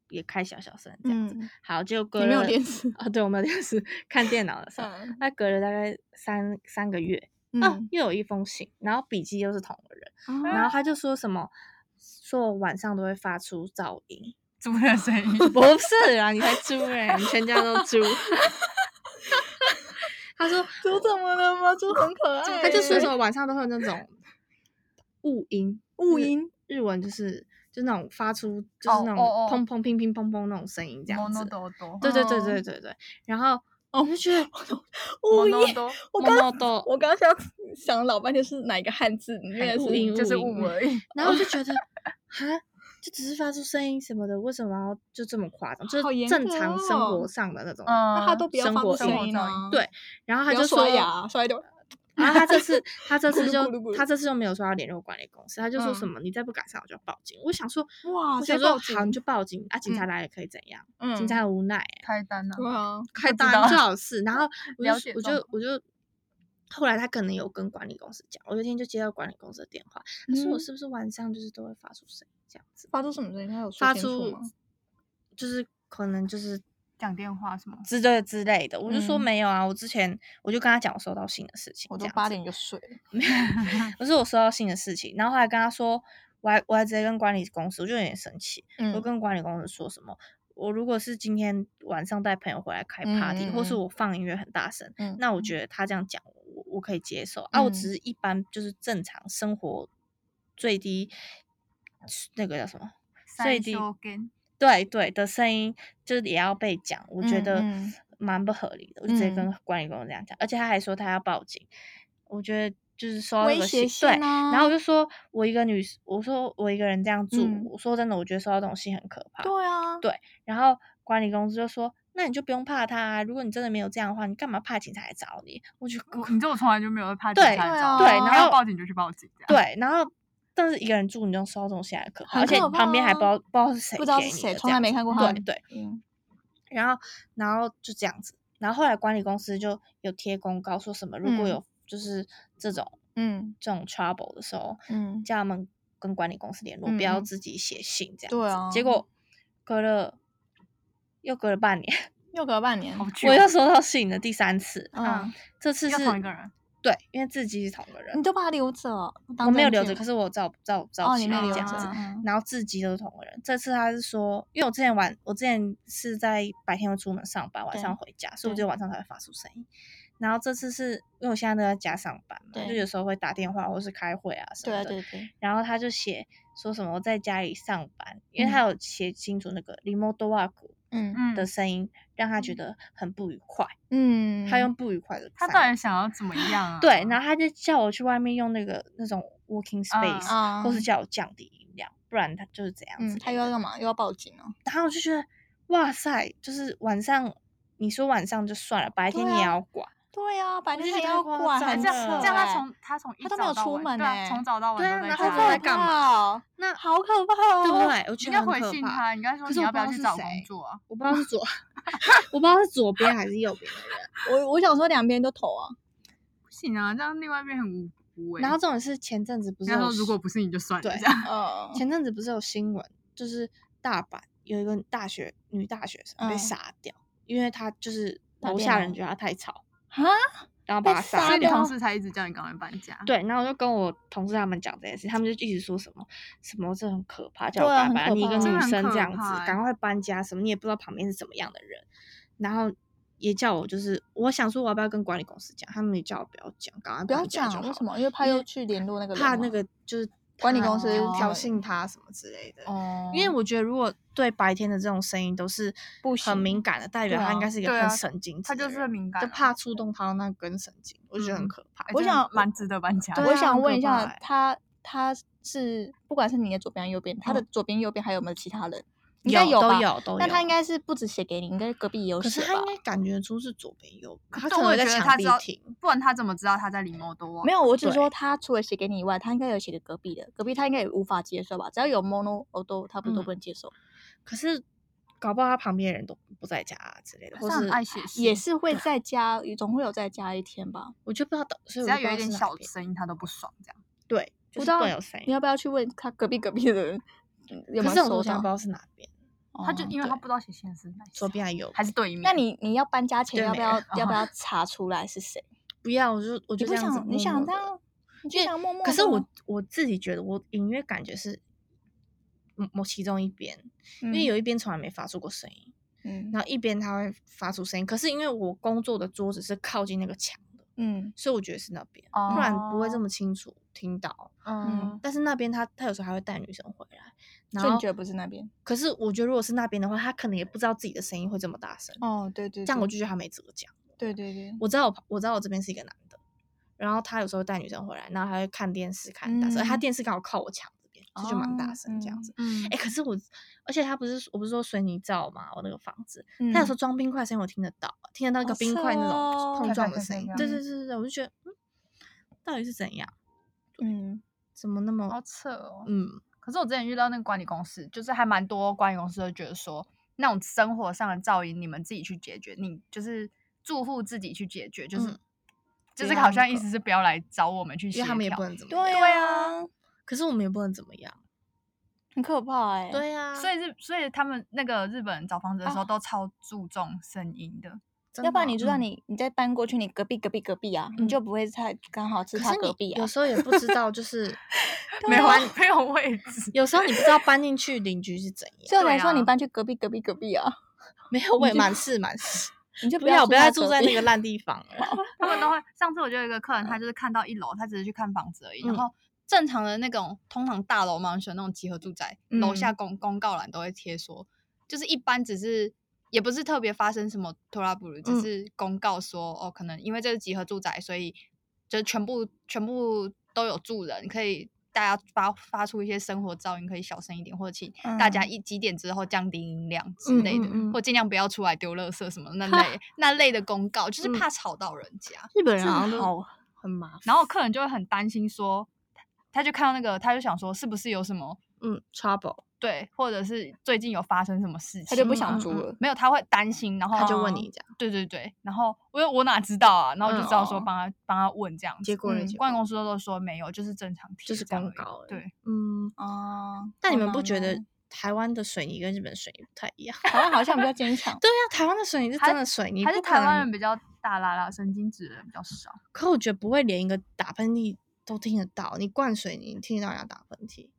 Speaker 6: 也开小小声这样子。
Speaker 2: 嗯
Speaker 6: 好，就隔
Speaker 2: 你没
Speaker 6: 了
Speaker 2: 有电视，
Speaker 6: 啊，对我没有电视， 看电脑的时候，
Speaker 2: 嗯
Speaker 6: 那、隔了大概三三个月，啊
Speaker 2: 嗯，，
Speaker 6: 又有一封信，然后笔记又是同个人，然
Speaker 2: 哦
Speaker 6: 后他就说什么，说我晚上都会发出噪音，
Speaker 7: 猪的声音，
Speaker 6: 不是啊，你才猪哎、你全家都猪。 他说
Speaker 2: 猪怎么了吗？猪很可爱，
Speaker 6: 他就说什么晚上都会有那种雾音，
Speaker 2: 雾
Speaker 6: 日
Speaker 2: 音，
Speaker 6: 日文就是就那种发出就
Speaker 7: 哦
Speaker 6: 是那种
Speaker 7: 哦哦
Speaker 6: 砰砰乒乒砰砰那种声音这样子。
Speaker 7: 多多，
Speaker 6: 对对对
Speaker 2: 哦
Speaker 6: 对对对，然后哦我就觉得哦
Speaker 2: 雾音，
Speaker 7: 多多，
Speaker 2: 我
Speaker 6: 猫
Speaker 2: 刚哦
Speaker 6: 猫豆，
Speaker 2: 我刚想想老半天是哪一个汉字，原来
Speaker 6: 哎
Speaker 2: 是
Speaker 6: 雾音
Speaker 7: 就是
Speaker 6: 雾音嗯
Speaker 7: 误而已。
Speaker 6: 然后我就觉得 哈，就只是发出声音什么的，为什么要就这么夸张？就
Speaker 2: 好
Speaker 6: 是
Speaker 2: 严
Speaker 6: 正
Speaker 2: 格
Speaker 6: 常生活
Speaker 2: 哦
Speaker 6: 上的那种。
Speaker 7: 嗯
Speaker 2: 那他都不要
Speaker 6: 生
Speaker 2: 发
Speaker 6: 活
Speaker 2: 出
Speaker 6: 声
Speaker 2: 声
Speaker 7: 音
Speaker 2: 音啊，
Speaker 6: 对，然后
Speaker 2: 不
Speaker 6: 他
Speaker 2: 要
Speaker 6: 就说
Speaker 2: 刷牙，刷一堆，
Speaker 6: 然后他这 次他这
Speaker 2: 咕
Speaker 6: 次
Speaker 2: 噜
Speaker 6: 就
Speaker 2: 咕噜咕噜
Speaker 6: 他这次就没有说要联络管理公司，他就说什
Speaker 7: 嗯
Speaker 6: 么、你再不改善我就要报警。我想说
Speaker 2: 哇
Speaker 6: 我
Speaker 2: 直
Speaker 6: 想
Speaker 2: 接
Speaker 6: 说
Speaker 2: 报
Speaker 6: 好
Speaker 2: 警
Speaker 6: 你就报警啊，警察
Speaker 7: 嗯
Speaker 6: 来也可以怎样？
Speaker 7: 嗯
Speaker 6: 警察很无奈、欸，
Speaker 7: 开单呢？
Speaker 2: 对啊，
Speaker 6: 开
Speaker 7: 知
Speaker 6: 单
Speaker 7: 道
Speaker 6: 最好 是。然后我就
Speaker 7: 了解
Speaker 6: 说我
Speaker 7: 状
Speaker 6: 就我就后来他可能有跟管理公司讲，我有一天就接到管理公司的电话，他说我
Speaker 2: 嗯
Speaker 6: 是不是晚上就是都会发出声音这样子，
Speaker 2: 发出什么声音？他有说
Speaker 6: 发
Speaker 2: 清楚
Speaker 6: 出
Speaker 2: 吗
Speaker 6: 就是可能就是
Speaker 7: 讲电话什么？
Speaker 6: 之类之类的，我就说
Speaker 2: 嗯
Speaker 6: 没有啊，我之前我就跟他讲我收到信的事情，
Speaker 2: 我
Speaker 6: 这
Speaker 2: 都
Speaker 6: 样
Speaker 2: 八
Speaker 6: 子
Speaker 2: 点就睡了，
Speaker 6: 不是我收到信的事情，然后后来跟他说，我还我还直接跟管理公司，我就有点生气，我
Speaker 2: 嗯
Speaker 6: 跟管理公司说什么，我如果是今天晚上带朋友回来开
Speaker 2: 嗯
Speaker 6: party，、
Speaker 2: 嗯
Speaker 6: 或是
Speaker 2: 嗯
Speaker 6: 我放音乐很大声，
Speaker 2: 嗯
Speaker 6: 那我觉得他这样讲，我我可以接受、啊，我只
Speaker 2: 嗯
Speaker 6: 是一般就是正常生活最低那个叫什么？最低
Speaker 7: 三休根
Speaker 6: 对对的声音，就是也要被讲，我觉
Speaker 2: 嗯
Speaker 6: 得
Speaker 2: 嗯
Speaker 6: 蛮不合理的。我就直接
Speaker 2: 嗯
Speaker 6: 跟管理公司这样讲，而且他还说他要报警，我觉得就是收到这
Speaker 2: 威
Speaker 6: 个
Speaker 2: 胁
Speaker 6: 信，
Speaker 2: 性
Speaker 6: 对，
Speaker 2: 啊
Speaker 6: 然后我就说我一个女，我说我一个人这样住，
Speaker 2: 嗯
Speaker 6: 我说真的，我觉得收到这种信很可怕。
Speaker 2: 对啊，
Speaker 6: 对然后管理公司就说，那你就不用怕他、啊，如果你真的没有这样的话，你干嘛怕警察来找你？我就
Speaker 2: 哦
Speaker 7: 我你这我从来就没有会怕警
Speaker 6: 对
Speaker 7: 察来
Speaker 2: 对
Speaker 7: 找
Speaker 2: 啊
Speaker 7: 我，
Speaker 6: 对
Speaker 7: 他
Speaker 6: 然
Speaker 7: 要
Speaker 6: 后
Speaker 7: 报警就去报警，这样，
Speaker 6: 对，然后但是一个人住，你就收到这种信还可怕，
Speaker 2: 很
Speaker 6: 而且
Speaker 2: 可怕
Speaker 6: 旁边还不知道
Speaker 2: 啊
Speaker 6: 不知道是谁
Speaker 2: 不知道
Speaker 6: 给
Speaker 2: 是
Speaker 6: 你
Speaker 2: 谁
Speaker 6: 的
Speaker 2: 从来
Speaker 6: 这样
Speaker 2: 没
Speaker 6: 子
Speaker 2: 看过
Speaker 6: 对
Speaker 2: 他
Speaker 6: 对，
Speaker 2: 嗯
Speaker 6: 然后然后就这样子，然后后来管理公司就有贴公告说什么，如果
Speaker 2: 嗯
Speaker 6: 有就是这种
Speaker 2: 嗯
Speaker 6: 这种 trouble 的时候，
Speaker 2: 嗯，
Speaker 6: 叫他们跟管理公司联络，不要
Speaker 2: 嗯嗯
Speaker 6: 自己写信这样子。
Speaker 2: 对啊
Speaker 6: 结果隔了又隔了半年，
Speaker 2: 又隔了半年，
Speaker 7: 好久
Speaker 4: 哦
Speaker 6: 我又收到信了第三次，
Speaker 2: 嗯
Speaker 6: 这次
Speaker 7: 又
Speaker 6: 是
Speaker 7: 同一个人，
Speaker 6: 对，因为字迹是同个人
Speaker 2: 你，就把它留着哦，当
Speaker 6: 我没有
Speaker 2: 证
Speaker 6: 留着，
Speaker 2: 件
Speaker 6: 可是我有照照照
Speaker 2: 哦，你
Speaker 6: 起
Speaker 2: 没
Speaker 6: 来
Speaker 2: 有留
Speaker 6: 这
Speaker 2: 着
Speaker 6: 样子。
Speaker 2: 嗯
Speaker 6: 然后字迹都是同个人。这次他是说，因为我之前晚，我之前是在白天会出门上班，晚
Speaker 2: 对
Speaker 6: 上回家，所以我
Speaker 2: 对
Speaker 6: 只有晚上才会发出声音。然后这次是因为我现在都在家上班嘛，
Speaker 2: 对
Speaker 6: 就有时候会打电话或是开会啊什么
Speaker 2: 对
Speaker 6: 的。
Speaker 2: 对对，
Speaker 6: 然后他就写说什么我在家里上班，因为他有写清楚那个 remote work
Speaker 2: 嗯
Speaker 4: 嗯
Speaker 6: 的声音，让他觉得很不愉快。
Speaker 2: 嗯，
Speaker 6: 他用不愉快的
Speaker 4: 他
Speaker 6: 三个字，
Speaker 4: 到底想要怎么样啊？
Speaker 6: 对，然后他就叫我去外面用那个那种
Speaker 4: 嗯
Speaker 6: working space，、
Speaker 2: 啊
Speaker 6: 或是叫我降低音量，不然他就是这样子、
Speaker 2: 嗯，他又要干嘛？又要报警哦？
Speaker 6: 然后我就觉得，哇塞，就是晚上你说晚上就算了，白天
Speaker 2: 对
Speaker 6: 你也
Speaker 2: 啊
Speaker 6: 要管，
Speaker 2: 对呀，白
Speaker 6: 就
Speaker 2: 天他也
Speaker 6: 觉得太
Speaker 2: 要
Speaker 6: 夸
Speaker 2: 管，
Speaker 6: 张
Speaker 4: 啊
Speaker 2: 很
Speaker 4: 这
Speaker 6: 了
Speaker 2: 扯
Speaker 4: 样这样，他
Speaker 6: 哎
Speaker 2: 欸
Speaker 4: 从他从一
Speaker 2: 他都没
Speaker 4: 早
Speaker 2: 有
Speaker 4: 到
Speaker 2: 出
Speaker 4: 晚
Speaker 2: 门
Speaker 4: 对啊
Speaker 2: 欸
Speaker 4: 从早到晚
Speaker 6: 对啊
Speaker 4: 都在
Speaker 6: 然
Speaker 2: 好
Speaker 6: 后
Speaker 4: 家
Speaker 6: 他
Speaker 2: 可
Speaker 6: 在干嘛
Speaker 2: 怕哦，
Speaker 6: 那
Speaker 2: 好可怕
Speaker 6: 对不
Speaker 2: 哦，
Speaker 6: 对？我觉
Speaker 4: 应
Speaker 6: 得
Speaker 4: 该
Speaker 6: 很
Speaker 4: 回
Speaker 6: 可
Speaker 4: 信
Speaker 6: 怕。
Speaker 4: 他，你应该说
Speaker 6: 可
Speaker 4: 你
Speaker 6: 是我
Speaker 4: 要
Speaker 6: 不
Speaker 4: 不要
Speaker 6: 知道
Speaker 4: 去
Speaker 6: 是
Speaker 4: 找工
Speaker 6: 谁
Speaker 4: 作啊？
Speaker 6: 我不知道 是左，我不知道是左边还是右边的人。
Speaker 2: 我我想说两边都投 啊，
Speaker 4: 不行啊，这样另外一边很无辜哎。
Speaker 6: 然后这种是前阵子不是
Speaker 4: 人家
Speaker 6: 有
Speaker 4: 说如果
Speaker 6: 新
Speaker 4: 不是你就算了，
Speaker 6: 对
Speaker 4: 这样
Speaker 2: 呃，
Speaker 6: 前阵子不是有新闻，就是大阪有一个大学女大学生被
Speaker 2: 嗯
Speaker 6: 杀掉，因为她就是
Speaker 2: 哪
Speaker 6: 楼
Speaker 2: 边
Speaker 6: 下
Speaker 2: 啊
Speaker 6: 人觉得她太吵，
Speaker 2: 哈，
Speaker 6: 然后
Speaker 2: 被
Speaker 6: 把她
Speaker 2: 杀
Speaker 4: 所
Speaker 6: 杀
Speaker 4: 以你
Speaker 2: 掉
Speaker 6: 掉。
Speaker 4: 同事才一直叫你赶快搬家。
Speaker 6: 对，然后我就跟我同事他们讲这件事，他们就一直说什么什么这很可怕，叫
Speaker 2: 对
Speaker 6: 我
Speaker 2: 啊很
Speaker 6: 赶快
Speaker 2: 可
Speaker 6: 你一个
Speaker 2: 怕真
Speaker 6: 女
Speaker 4: 的很
Speaker 6: 生
Speaker 4: 可
Speaker 6: 这样子
Speaker 4: 怕，
Speaker 6: 赶快搬家什么，你也不知道旁边是怎么样的人，然后也叫我就是我想说我要不要跟管理公司讲，他们也叫我不要讲，赶快
Speaker 2: 不要
Speaker 6: 搬家
Speaker 2: 讲
Speaker 6: 就好
Speaker 2: 为
Speaker 6: 了
Speaker 2: 什么？因为怕
Speaker 6: 因
Speaker 2: 又
Speaker 6: 为
Speaker 2: 去联络那个人
Speaker 6: 怕
Speaker 2: 嘛
Speaker 6: 那个就是
Speaker 2: 管理
Speaker 6: 他
Speaker 2: 公司什
Speaker 6: 挑
Speaker 2: 么
Speaker 6: 衅他什么之类的。
Speaker 2: 哦，
Speaker 6: 因为我觉得，如果对白天的这种声音都是
Speaker 2: 不
Speaker 6: 很
Speaker 2: 行
Speaker 6: 敏感的，代表
Speaker 2: 对
Speaker 6: 他应
Speaker 2: 啊
Speaker 6: 该是一
Speaker 4: 对
Speaker 6: 个
Speaker 4: 啊
Speaker 6: 很神经质
Speaker 4: 他
Speaker 6: 的人，
Speaker 4: 就是敏感
Speaker 6: 就
Speaker 4: 啊
Speaker 6: 怕触动他那根神经，我就觉得很
Speaker 4: 嗯
Speaker 6: 可怕。
Speaker 4: 哎
Speaker 2: 我
Speaker 4: 这样
Speaker 2: 想
Speaker 4: 蛮值得搬家的。
Speaker 6: 对
Speaker 2: 我
Speaker 6: 啊
Speaker 2: 想
Speaker 6: 很
Speaker 2: 问
Speaker 6: 可
Speaker 2: 一
Speaker 6: 怕
Speaker 2: 下
Speaker 6: 欸，
Speaker 2: 他他是不管是你的左边还是右边，他的
Speaker 6: 嗯
Speaker 2: 左边右边还有没有其他人？应该
Speaker 6: 有都
Speaker 2: 吧？
Speaker 6: 有都有，
Speaker 2: 那他应该是不止写给你，应该隔壁也有
Speaker 6: 可是
Speaker 2: 写
Speaker 6: 他
Speaker 2: 吧
Speaker 6: 应？该感觉出是左边右边，他
Speaker 4: 但
Speaker 6: 可
Speaker 4: 我
Speaker 6: 能
Speaker 4: 也
Speaker 6: 在
Speaker 4: 觉得
Speaker 6: 墙
Speaker 4: 他知
Speaker 6: 壁
Speaker 4: 道
Speaker 6: 听。，
Speaker 4: 不然他怎么知道他在里摩多啊？
Speaker 2: 没有，我只是说
Speaker 6: 对
Speaker 2: 他除了写给你以外，他应该有写给隔壁的，隔壁他应该也无法接受吧？只要有 mono o d o 他不是都
Speaker 6: 嗯
Speaker 2: 不能接受，
Speaker 6: 可是搞不好他旁边的人都不在家啊之类的，
Speaker 4: 他
Speaker 6: 或
Speaker 4: 是很
Speaker 6: 是
Speaker 4: 爱写信
Speaker 2: 也是会在家，总会有在家一天吧？
Speaker 6: 我就不知道等，所以
Speaker 4: 只
Speaker 6: 我
Speaker 4: 要
Speaker 6: 就
Speaker 4: 有一
Speaker 6: 不
Speaker 4: 点
Speaker 6: 知道是哪
Speaker 4: 小
Speaker 6: 边
Speaker 4: 声音，他都不爽这样。
Speaker 6: 对，就
Speaker 2: 不
Speaker 6: 是
Speaker 2: 知道
Speaker 6: 不能有声
Speaker 2: 你
Speaker 6: 音。
Speaker 2: 要不要去问他隔壁隔壁的人嗯有
Speaker 6: 可
Speaker 2: 没
Speaker 6: 是
Speaker 2: 有
Speaker 6: 这
Speaker 2: 收
Speaker 6: 种东西他
Speaker 2: 到
Speaker 6: 不知？道是哪边，
Speaker 4: 他就
Speaker 2: 哦
Speaker 4: 因为他
Speaker 2: 对
Speaker 4: 不知道写信是哪
Speaker 6: 左边还是右边？
Speaker 4: 还是对面。
Speaker 2: 那你你要搬家前
Speaker 6: 就
Speaker 2: 要不
Speaker 6: 没
Speaker 2: 要
Speaker 6: 了
Speaker 2: 要不 要查出来是谁？
Speaker 6: 不要，我就我
Speaker 2: 你
Speaker 6: 就
Speaker 2: 不
Speaker 6: 这样子
Speaker 2: 想
Speaker 6: 默默地。
Speaker 2: 你想这样，你就
Speaker 6: 因为
Speaker 2: 想默默。
Speaker 6: 可是我，我自己觉得，我隐约感觉是某某其中一边，因为有一边从来没发出过声音，
Speaker 2: 嗯
Speaker 6: 然后一边它会发出声音。可是因为我工作的桌子是靠近那个墙的，
Speaker 2: 嗯
Speaker 6: 所以我觉得是那边，不然不会这
Speaker 2: 哦
Speaker 6: 么清楚听到。
Speaker 2: 嗯，
Speaker 6: 但是那边他他有时候还会带女生回来，然
Speaker 2: 所以
Speaker 6: 后
Speaker 2: 你觉得不是那边？
Speaker 6: 可是我觉得如果是那边的话，他可能也不知道自己的声音会这么大声，
Speaker 2: 哦，对对，
Speaker 6: 这样我
Speaker 2: 对
Speaker 6: 就觉得他没辙讲。
Speaker 2: 对对对，
Speaker 6: 我知道我旁我知道我这边是一个男的，然后他有时候带女生回来，然后还会看电视看很大声，而且他
Speaker 2: 嗯
Speaker 6: 电视刚好靠我墙这边，这就蛮大
Speaker 2: 哦
Speaker 6: 声这样
Speaker 2: 嗯
Speaker 6: 子。
Speaker 4: 嗯
Speaker 6: 哎、可是我，而且他不是我不是说水泥罩嘛，我那个房子，
Speaker 2: 嗯
Speaker 6: 他有时候装冰块声音我听得到，听得到那
Speaker 2: 好
Speaker 6: 个冰块那
Speaker 2: 扯哦
Speaker 6: 种碰撞的
Speaker 4: 咔嚓咔嚓
Speaker 6: 声音
Speaker 4: 这。样
Speaker 6: 对对对对对，我就觉得，嗯，到底是怎样？
Speaker 2: 嗯
Speaker 6: 怎么那么
Speaker 4: 好扯哦。
Speaker 6: 嗯？
Speaker 4: 可是我之前遇到那个管理公司，就是还蛮多管理公司都觉得说，那种生活上的噪音你们自己去解决，你就是住户自己去解决，就是、
Speaker 6: 嗯
Speaker 4: 就是
Speaker 6: 不要
Speaker 4: 好
Speaker 6: 那
Speaker 4: 像意
Speaker 6: 个
Speaker 4: 思是不要来找我们去协
Speaker 6: 因
Speaker 4: 调，
Speaker 6: 为他们也不能怎么样。
Speaker 2: 对啊，
Speaker 6: 可是我们也不能怎么样。
Speaker 2: 很可怕哎。
Speaker 6: 对啊，
Speaker 4: 所以日所以他们那个日本找房子的时候
Speaker 2: 啊
Speaker 4: 都超注重声音的，
Speaker 6: 真
Speaker 2: 要不
Speaker 6: 的
Speaker 2: 然你
Speaker 6: 哦
Speaker 2: 就算
Speaker 4: 嗯
Speaker 2: 你你再搬过去，你隔壁隔壁隔壁啊，你
Speaker 6: 嗯
Speaker 2: 就不会太刚好是
Speaker 6: 可
Speaker 2: 他
Speaker 6: 是
Speaker 2: 隔
Speaker 6: 你
Speaker 2: 壁啊
Speaker 6: 有。时候也不知道，就是
Speaker 4: 没有
Speaker 6: 关
Speaker 4: 没有位置，
Speaker 6: 有时候你不知道搬进去邻居是怎 样，
Speaker 2: 所以我才说
Speaker 4: 对啊
Speaker 2: 你搬去隔壁隔壁隔壁啊，
Speaker 6: 没有我也满是满是，
Speaker 2: 你就
Speaker 6: 不要不
Speaker 2: 住他
Speaker 6: 要
Speaker 2: 隔
Speaker 6: 住在那
Speaker 2: 壁
Speaker 6: 个。烂地方了。
Speaker 4: 他们都会。上次我就有一个客人，他就是看到一楼，他只是去看房子而已，然
Speaker 6: 嗯
Speaker 4: 后。正常的那种，通常大楼嘛，选那种集合住宅，楼
Speaker 6: 嗯
Speaker 4: 下公公告栏都会贴说，就是一般只是也不是特别发生什么 trouble，只
Speaker 6: 嗯
Speaker 4: 是公告说、哦，可能因为这是集合住宅，所以就全部全部都有住人，可以大家发发出一些生活噪音，可以小声一点，或者请大家
Speaker 2: 嗯
Speaker 4: 一几点之后降低音量之类的，
Speaker 6: 嗯嗯嗯
Speaker 4: 或尽量不要出来丢垃圾什么那类那类的公告，就是
Speaker 6: 嗯
Speaker 4: 怕吵到人 家。
Speaker 6: 日本
Speaker 2: 真
Speaker 6: 人
Speaker 2: 的
Speaker 6: 好像都
Speaker 2: 好
Speaker 6: 很麻烦，
Speaker 4: 然后客人就会很担心说，他他就看到那个，他就想说是不是有什么
Speaker 6: 嗯，trouble，
Speaker 4: 对，或者是最近有发生什么事情，
Speaker 2: 他就不
Speaker 6: 嗯
Speaker 2: 想
Speaker 6: 嗯
Speaker 2: 租
Speaker 6: 嗯
Speaker 2: 了，
Speaker 4: 没有，他会担心，然后
Speaker 6: 他就问
Speaker 2: 哦
Speaker 6: 你这样，
Speaker 4: 对对对，然后我我哪知道啊，然后我就
Speaker 6: 嗯
Speaker 4: 知道说
Speaker 6: 哦
Speaker 4: 帮他、帮他问这样子，
Speaker 6: 结果嘞
Speaker 4: 嗯
Speaker 6: 结
Speaker 4: 管理
Speaker 6: 果
Speaker 4: 公司都说没有，就是正常贴
Speaker 6: 就是
Speaker 4: 这样
Speaker 6: 公
Speaker 4: 而已
Speaker 6: 告而已
Speaker 4: 对，
Speaker 6: 嗯，
Speaker 2: 啊，
Speaker 6: 但你
Speaker 2: 好
Speaker 6: 们不
Speaker 2: 难
Speaker 6: 觉
Speaker 2: 哦
Speaker 6: 得台湾的水泥跟日本水泥不太一样？
Speaker 2: 台湾好像比较坚强
Speaker 6: ，对呀、台湾的水泥是
Speaker 4: 还
Speaker 6: 真的水泥，
Speaker 4: 还是
Speaker 6: 不可
Speaker 4: 台湾
Speaker 6: 能
Speaker 4: 人比较
Speaker 7: 大啦啦，神经质的人比较少。
Speaker 6: 可我觉得不会连一个打喷嚏都听得到，你灌水你听得到人家打喷嚏？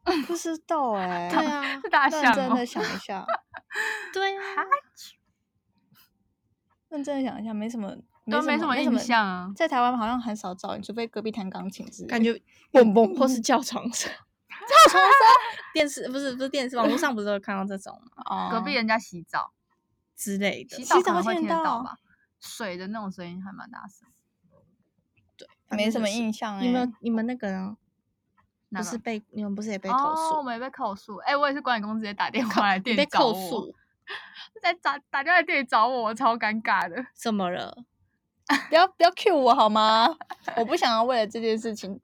Speaker 2: 不知道哎、
Speaker 6: 对啊，
Speaker 7: 是大
Speaker 2: 认
Speaker 7: 象
Speaker 2: 真
Speaker 7: 哦
Speaker 2: 的想一下，
Speaker 6: 对啊，
Speaker 2: 认真的想一下，没什么，
Speaker 7: 都没什么
Speaker 2: 没
Speaker 7: 印象啊。
Speaker 2: 在台湾好像很少找你，除非隔壁弹钢琴之类的。
Speaker 6: 感觉
Speaker 2: 蹦蹦
Speaker 6: 或是叫床嗯声，叫床 声。电视不是不是电视，网络上不是有看到这种吗
Speaker 2: 哦
Speaker 7: 隔壁人家洗澡，
Speaker 6: 之类的
Speaker 7: 洗？
Speaker 2: 澡
Speaker 7: 可能
Speaker 2: 会
Speaker 7: 会
Speaker 2: 听
Speaker 7: 听
Speaker 2: 得
Speaker 7: 得
Speaker 2: 到
Speaker 7: 到吧？水的那种声音还蛮大声。
Speaker 6: 反
Speaker 2: 没
Speaker 6: 正
Speaker 2: 什
Speaker 6: 就
Speaker 2: 么
Speaker 6: 是
Speaker 2: 印象哎、
Speaker 6: 你们你们那个呢？
Speaker 7: 那
Speaker 6: 不
Speaker 7: 个
Speaker 6: 是被你们不是也被投
Speaker 7: 哦，我
Speaker 6: 诉？
Speaker 7: 们也被扣诉。哎、我也是管理公司直接打电话来店
Speaker 6: 被
Speaker 7: 找
Speaker 6: 扣
Speaker 7: 我，
Speaker 6: 诉？
Speaker 7: 在打打电话来店里找我，我超尴尬的。
Speaker 6: 怎么了？
Speaker 2: 不要不要 cue 我好 吗？我不想要为了这件事情，因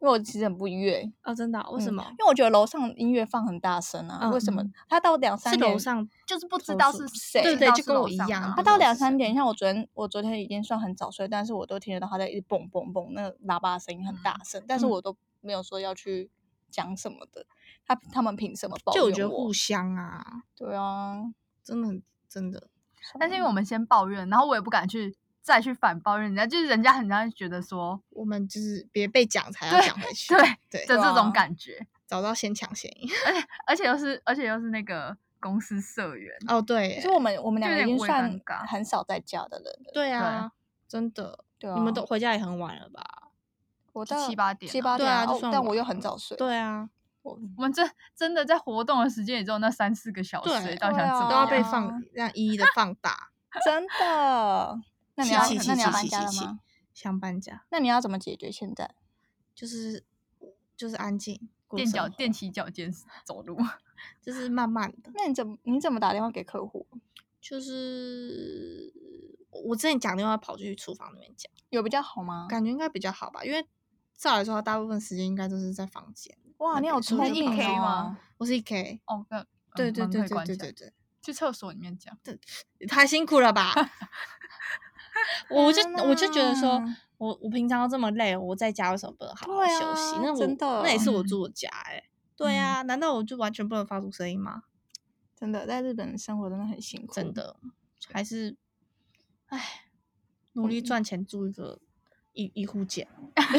Speaker 2: 为我其实很不愉悦。
Speaker 6: 哦，真的哦？为什
Speaker 2: 嗯
Speaker 6: 么
Speaker 2: 因？为我觉得楼上音乐放很大声啊，
Speaker 6: 嗯
Speaker 2: 为什么？他到两三
Speaker 6: 是
Speaker 2: 点
Speaker 6: 楼，上
Speaker 7: 就是不知
Speaker 6: 投
Speaker 7: 道
Speaker 6: 诉
Speaker 7: 是
Speaker 2: 谁
Speaker 7: 不
Speaker 2: 对
Speaker 7: 知
Speaker 6: 对
Speaker 7: 道
Speaker 6: 就是跟我
Speaker 7: 楼
Speaker 6: 一
Speaker 7: 上
Speaker 6: 样啊
Speaker 7: 哪
Speaker 6: 不
Speaker 2: 他
Speaker 7: 里
Speaker 2: 到
Speaker 6: 知道是
Speaker 2: 两
Speaker 6: 谁
Speaker 2: 三点，像我昨天，我昨天已经算很早睡，但是我都听得到他在一直蹦蹦蹦，那个喇叭声音很大声，但是
Speaker 6: 嗯
Speaker 2: 我都没有说要去讲什么的。他他们凭什么抱怨
Speaker 6: 就我觉得互
Speaker 2: 我？
Speaker 6: 相啊，
Speaker 2: 对啊，
Speaker 6: 真的很真的。
Speaker 7: 但是因为我们先抱怨，然后我也不敢去再去反抱怨人家，就是人家很常觉得说，
Speaker 6: 我们就是别被讲才要
Speaker 7: 对
Speaker 6: 讲回去，
Speaker 7: 对
Speaker 6: 对，
Speaker 7: 就这
Speaker 2: 啊
Speaker 7: 种感觉，
Speaker 6: 找到先抢先赢。
Speaker 7: 而且又是而且又是那个公司社 员，
Speaker 6: 哦，对
Speaker 2: 可
Speaker 6: 耶
Speaker 2: 是，我们我们两
Speaker 7: 就
Speaker 2: 个
Speaker 7: 有
Speaker 2: 已
Speaker 7: 点
Speaker 2: 经
Speaker 7: 微
Speaker 2: 算
Speaker 7: 尴尬
Speaker 2: 很少在家的人了。
Speaker 6: 对啊，真的，
Speaker 2: 对啊，
Speaker 6: 你们都回家也很晚了吧？
Speaker 2: 我
Speaker 7: 就
Speaker 2: 到
Speaker 7: 七八点
Speaker 2: 七
Speaker 7: 啊
Speaker 2: 八
Speaker 6: 对
Speaker 2: 点
Speaker 6: 啊
Speaker 2: 啊，
Speaker 6: 就
Speaker 2: 哦
Speaker 6: 算
Speaker 2: 但
Speaker 6: 晚
Speaker 2: 我又
Speaker 6: 了
Speaker 2: 很早睡。
Speaker 6: 对啊，
Speaker 2: 我
Speaker 7: 我们真真的在活动的时间也只有那三四个小
Speaker 6: 对
Speaker 7: 时，到底想
Speaker 2: 对
Speaker 7: 怎
Speaker 2: 啊
Speaker 6: 都
Speaker 7: 么
Speaker 6: 要被
Speaker 7: 样
Speaker 6: 放，让一一的放大。
Speaker 2: 真 的？那你
Speaker 6: 气
Speaker 2: 要
Speaker 6: 气
Speaker 2: 那
Speaker 6: 气
Speaker 2: 你要
Speaker 6: 气
Speaker 2: 搬
Speaker 6: 气
Speaker 2: 家了
Speaker 6: 气
Speaker 2: 吗？
Speaker 6: 想搬家，
Speaker 2: 那你要怎么解决现在？
Speaker 6: 就是就是安静，过
Speaker 7: 垫脚
Speaker 6: 生活
Speaker 7: 垫起脚尖走路，
Speaker 6: 就是慢慢的，
Speaker 2: 那你怎么你怎么打电话给客户？
Speaker 6: 就是我之前讲电话跑去厨房那边讲，
Speaker 2: 有比较好
Speaker 7: 嗯
Speaker 2: 吗？
Speaker 6: 感觉应该比较好吧，因为照来说，大部分时间应该都是在房间。
Speaker 2: 哇，你好
Speaker 6: 是
Speaker 2: 聪
Speaker 6: 不
Speaker 2: 明
Speaker 6: 是硬 K
Speaker 2: 哦
Speaker 7: 吗？
Speaker 6: 我是一 K，
Speaker 7: 哦，那
Speaker 6: 对
Speaker 4: 嗯
Speaker 6: 对
Speaker 7: 门
Speaker 6: 对
Speaker 7: 可以
Speaker 6: 对
Speaker 7: 关
Speaker 6: 对
Speaker 7: 起来
Speaker 6: 对对，
Speaker 7: 去厕所里面讲，
Speaker 6: 太辛苦 了吧？我就我就觉得说
Speaker 2: 天哪，
Speaker 6: 我我平常都这么累，我在家为什么不能好好
Speaker 2: 对
Speaker 6: 休
Speaker 2: 啊
Speaker 6: 息？那
Speaker 2: 真的
Speaker 6: 我那也是我
Speaker 7: 嗯
Speaker 6: 住我家哎、对呀、难道我就完全不能发出声音吗？
Speaker 2: 真的，在日本生活真的很辛苦，
Speaker 6: 真。的，还是，唉，努力赚钱住一个一一户建，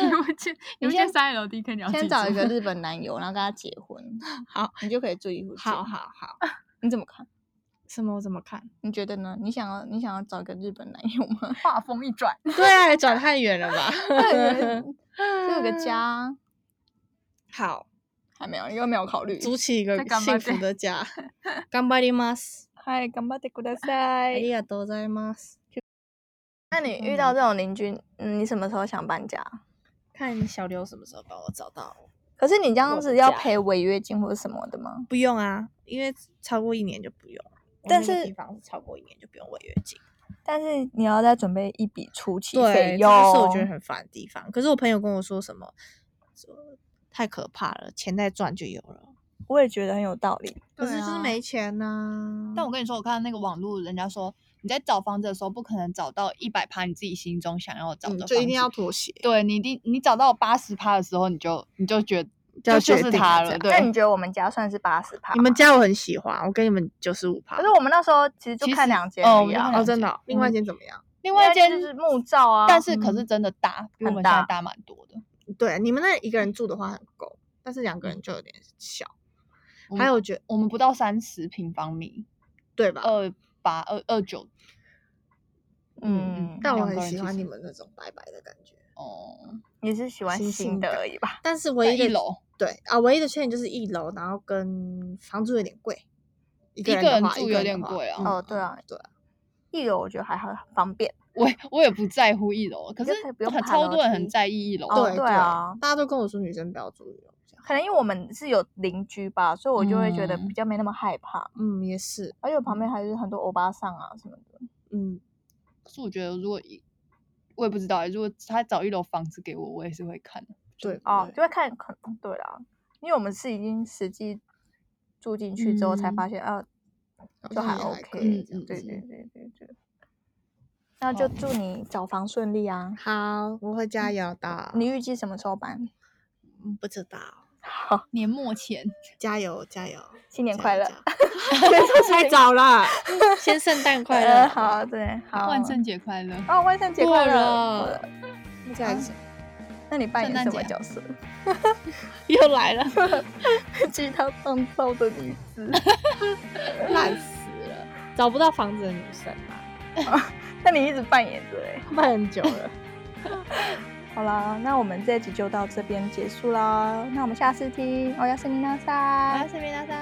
Speaker 7: 你们去你们去
Speaker 2: 先
Speaker 7: 三楼 D K 你要自
Speaker 2: 先
Speaker 7: 己
Speaker 2: 找一
Speaker 7: 住
Speaker 2: 个日本男友，然后跟他结婚，
Speaker 6: 好，
Speaker 2: 你就可以住一户。
Speaker 6: 好，好好，
Speaker 2: 你怎么看？
Speaker 6: 什么我怎么看？
Speaker 2: 你觉得呢？你想要你想要找一个日本男友吗？
Speaker 7: 话锋一 转，
Speaker 6: 对啊，转太远了 吧？
Speaker 2: 就
Speaker 6: 啊
Speaker 2: 有个家，
Speaker 6: 好，
Speaker 2: 还没有，因为没有考虑。
Speaker 6: 筑起一个
Speaker 7: 再干
Speaker 6: 幸
Speaker 7: 嘛
Speaker 6: 福的家。干巴里吗？
Speaker 2: 嗨，頑張ってく だ
Speaker 6: あ
Speaker 2: さい。
Speaker 6: りがとうございます。
Speaker 2: 那你遇到这种邻居，嗯，你什么时候想搬家？
Speaker 6: 看小刘什么时候帮我找到。
Speaker 2: 可是你这样
Speaker 6: 我
Speaker 2: 子
Speaker 6: 不
Speaker 2: 要
Speaker 6: 嫁
Speaker 2: 赔违约金或者什么的吗？
Speaker 6: 不用啊，因为超过一年就不用了。我
Speaker 2: 但
Speaker 6: 那个
Speaker 2: 是
Speaker 6: 地方是超过一年就不用违约金。
Speaker 2: 但是你要再准备一笔初期
Speaker 6: 对
Speaker 2: 费，
Speaker 6: 这
Speaker 2: 用，
Speaker 6: 就是我觉得很烦的地方。可是我朋友跟我说什么，说太可怕了，钱再赚就有了。
Speaker 2: 我也觉得很有道理。
Speaker 6: 可是
Speaker 7: 对
Speaker 6: 就是
Speaker 7: 啊
Speaker 6: 没钱呐、
Speaker 4: 但我跟你说，我看那个网络人家说，你在找房子的时候，不可能找到一百趴你自己心中想要找的
Speaker 6: 嗯
Speaker 4: 房子，
Speaker 6: 就一定要妥协，
Speaker 4: 对你一定你找到八十趴的时候，你就你就觉得
Speaker 6: 就要
Speaker 4: 就
Speaker 6: 决
Speaker 4: 是
Speaker 6: 定
Speaker 4: 他
Speaker 6: 了这
Speaker 4: 了，
Speaker 6: 样
Speaker 4: 对
Speaker 2: 那。你觉得我们家算是八十趴？
Speaker 6: 你们？家我很喜欢，我跟你们九十五趴
Speaker 2: 可。是我们那时候其实就
Speaker 4: 其
Speaker 2: 看
Speaker 4: 实
Speaker 2: 两间
Speaker 4: 哦
Speaker 2: 而
Speaker 4: 我
Speaker 2: 已
Speaker 4: 们就
Speaker 2: 啊
Speaker 4: 看
Speaker 6: 哦，
Speaker 4: 两
Speaker 6: 真的哦、另外
Speaker 4: 嗯
Speaker 6: 一间怎么样？
Speaker 4: 另外一间
Speaker 2: 就是木造啊
Speaker 4: 但是可
Speaker 6: 嗯
Speaker 4: 是真的大，比我
Speaker 2: 很
Speaker 4: 们现在
Speaker 2: 大
Speaker 4: 大蛮多的。
Speaker 6: 对，你们那一个人住的话很够，但是两个人就有点小。
Speaker 4: 我
Speaker 6: 还
Speaker 4: 们
Speaker 6: 有我觉得
Speaker 4: 我们不到三十平方米，
Speaker 6: 对吧？
Speaker 4: 二八二二九
Speaker 2: 嗯
Speaker 4: 嗯，
Speaker 6: 但我
Speaker 4: 两
Speaker 6: 很
Speaker 4: 个人
Speaker 6: 喜
Speaker 4: 其
Speaker 6: 欢
Speaker 4: 实
Speaker 6: 你们那种白白的感觉。
Speaker 4: 哦，
Speaker 2: 你是喜欢
Speaker 6: 新
Speaker 2: 新
Speaker 6: 兴
Speaker 2: 的
Speaker 6: 的
Speaker 2: 而已吧？
Speaker 6: 但是
Speaker 4: 在
Speaker 6: 唯一
Speaker 4: 一
Speaker 6: 的
Speaker 4: 楼
Speaker 6: 对啊，唯一的缺点就是一楼，然后跟房租有点贵，一个
Speaker 4: 一
Speaker 6: 人
Speaker 4: 个
Speaker 6: 的
Speaker 4: 人
Speaker 6: 话
Speaker 4: 住有点贵啊
Speaker 2: 哦对啊，
Speaker 6: 嗯对啊，
Speaker 2: 一楼我觉得还好，很方便。
Speaker 4: 我也我也不在乎一楼，可
Speaker 2: 你就是可以不用
Speaker 4: 很
Speaker 2: 爬
Speaker 4: 超
Speaker 2: 楼
Speaker 4: 多人
Speaker 2: 梯
Speaker 4: 很在意一楼。
Speaker 2: 哦
Speaker 6: 对
Speaker 2: 对啊
Speaker 6: 大家都跟我说女生不要住一楼，这样
Speaker 2: 可能因为我们是有邻居吧，所以我就会觉得
Speaker 4: 嗯
Speaker 2: 比较没那么害怕。
Speaker 6: 嗯，也是，
Speaker 2: 而且我旁边还是很多欧巴桑啊什么的。
Speaker 6: 嗯，
Speaker 4: 可是我觉得如果一我也不知道欸，如果他找一楼房子给我，我也是会看的。
Speaker 6: 对
Speaker 2: 哦，
Speaker 6: 对
Speaker 2: 就会看可能对啦，因为我们是已经实际住进去之后才
Speaker 6: 嗯
Speaker 2: 发现，啊，就
Speaker 6: 像
Speaker 2: 还
Speaker 6: 也还
Speaker 2: OK，
Speaker 6: 可
Speaker 4: 以这
Speaker 2: 对
Speaker 4: 样
Speaker 2: 对
Speaker 4: 子
Speaker 2: 对对对。那就祝你找房顺利啊！嗯
Speaker 6: 好，我会加油的。
Speaker 2: 你预计什么时候搬？
Speaker 6: 嗯不知道，
Speaker 2: 好，
Speaker 4: 年末前，
Speaker 6: 加油加油，
Speaker 2: 新年快乐
Speaker 6: 加油！加油太早了，
Speaker 1: 先圣诞快
Speaker 2: 呃
Speaker 1: 乐，
Speaker 2: 好，对，好，
Speaker 4: 万圣节快乐！
Speaker 2: 哦，万圣节
Speaker 1: 过
Speaker 2: 快
Speaker 1: 了
Speaker 2: 乐！过了
Speaker 6: 接下来是什么
Speaker 2: 那你扮演
Speaker 4: 圣
Speaker 2: 什
Speaker 4: 诞
Speaker 2: 么
Speaker 6: 啊
Speaker 4: 节
Speaker 2: 角 色？
Speaker 1: 又来 了，
Speaker 2: 鸡汤创造的女子。
Speaker 6: 烂死了，找不到房子的女生啊，
Speaker 2: 那你一直扮演着哎、
Speaker 6: 办很久了，
Speaker 2: 好啦，那我们这一集就到这边结束啦。那我们下次听，我要是你那莎，
Speaker 4: 我是米娜莎。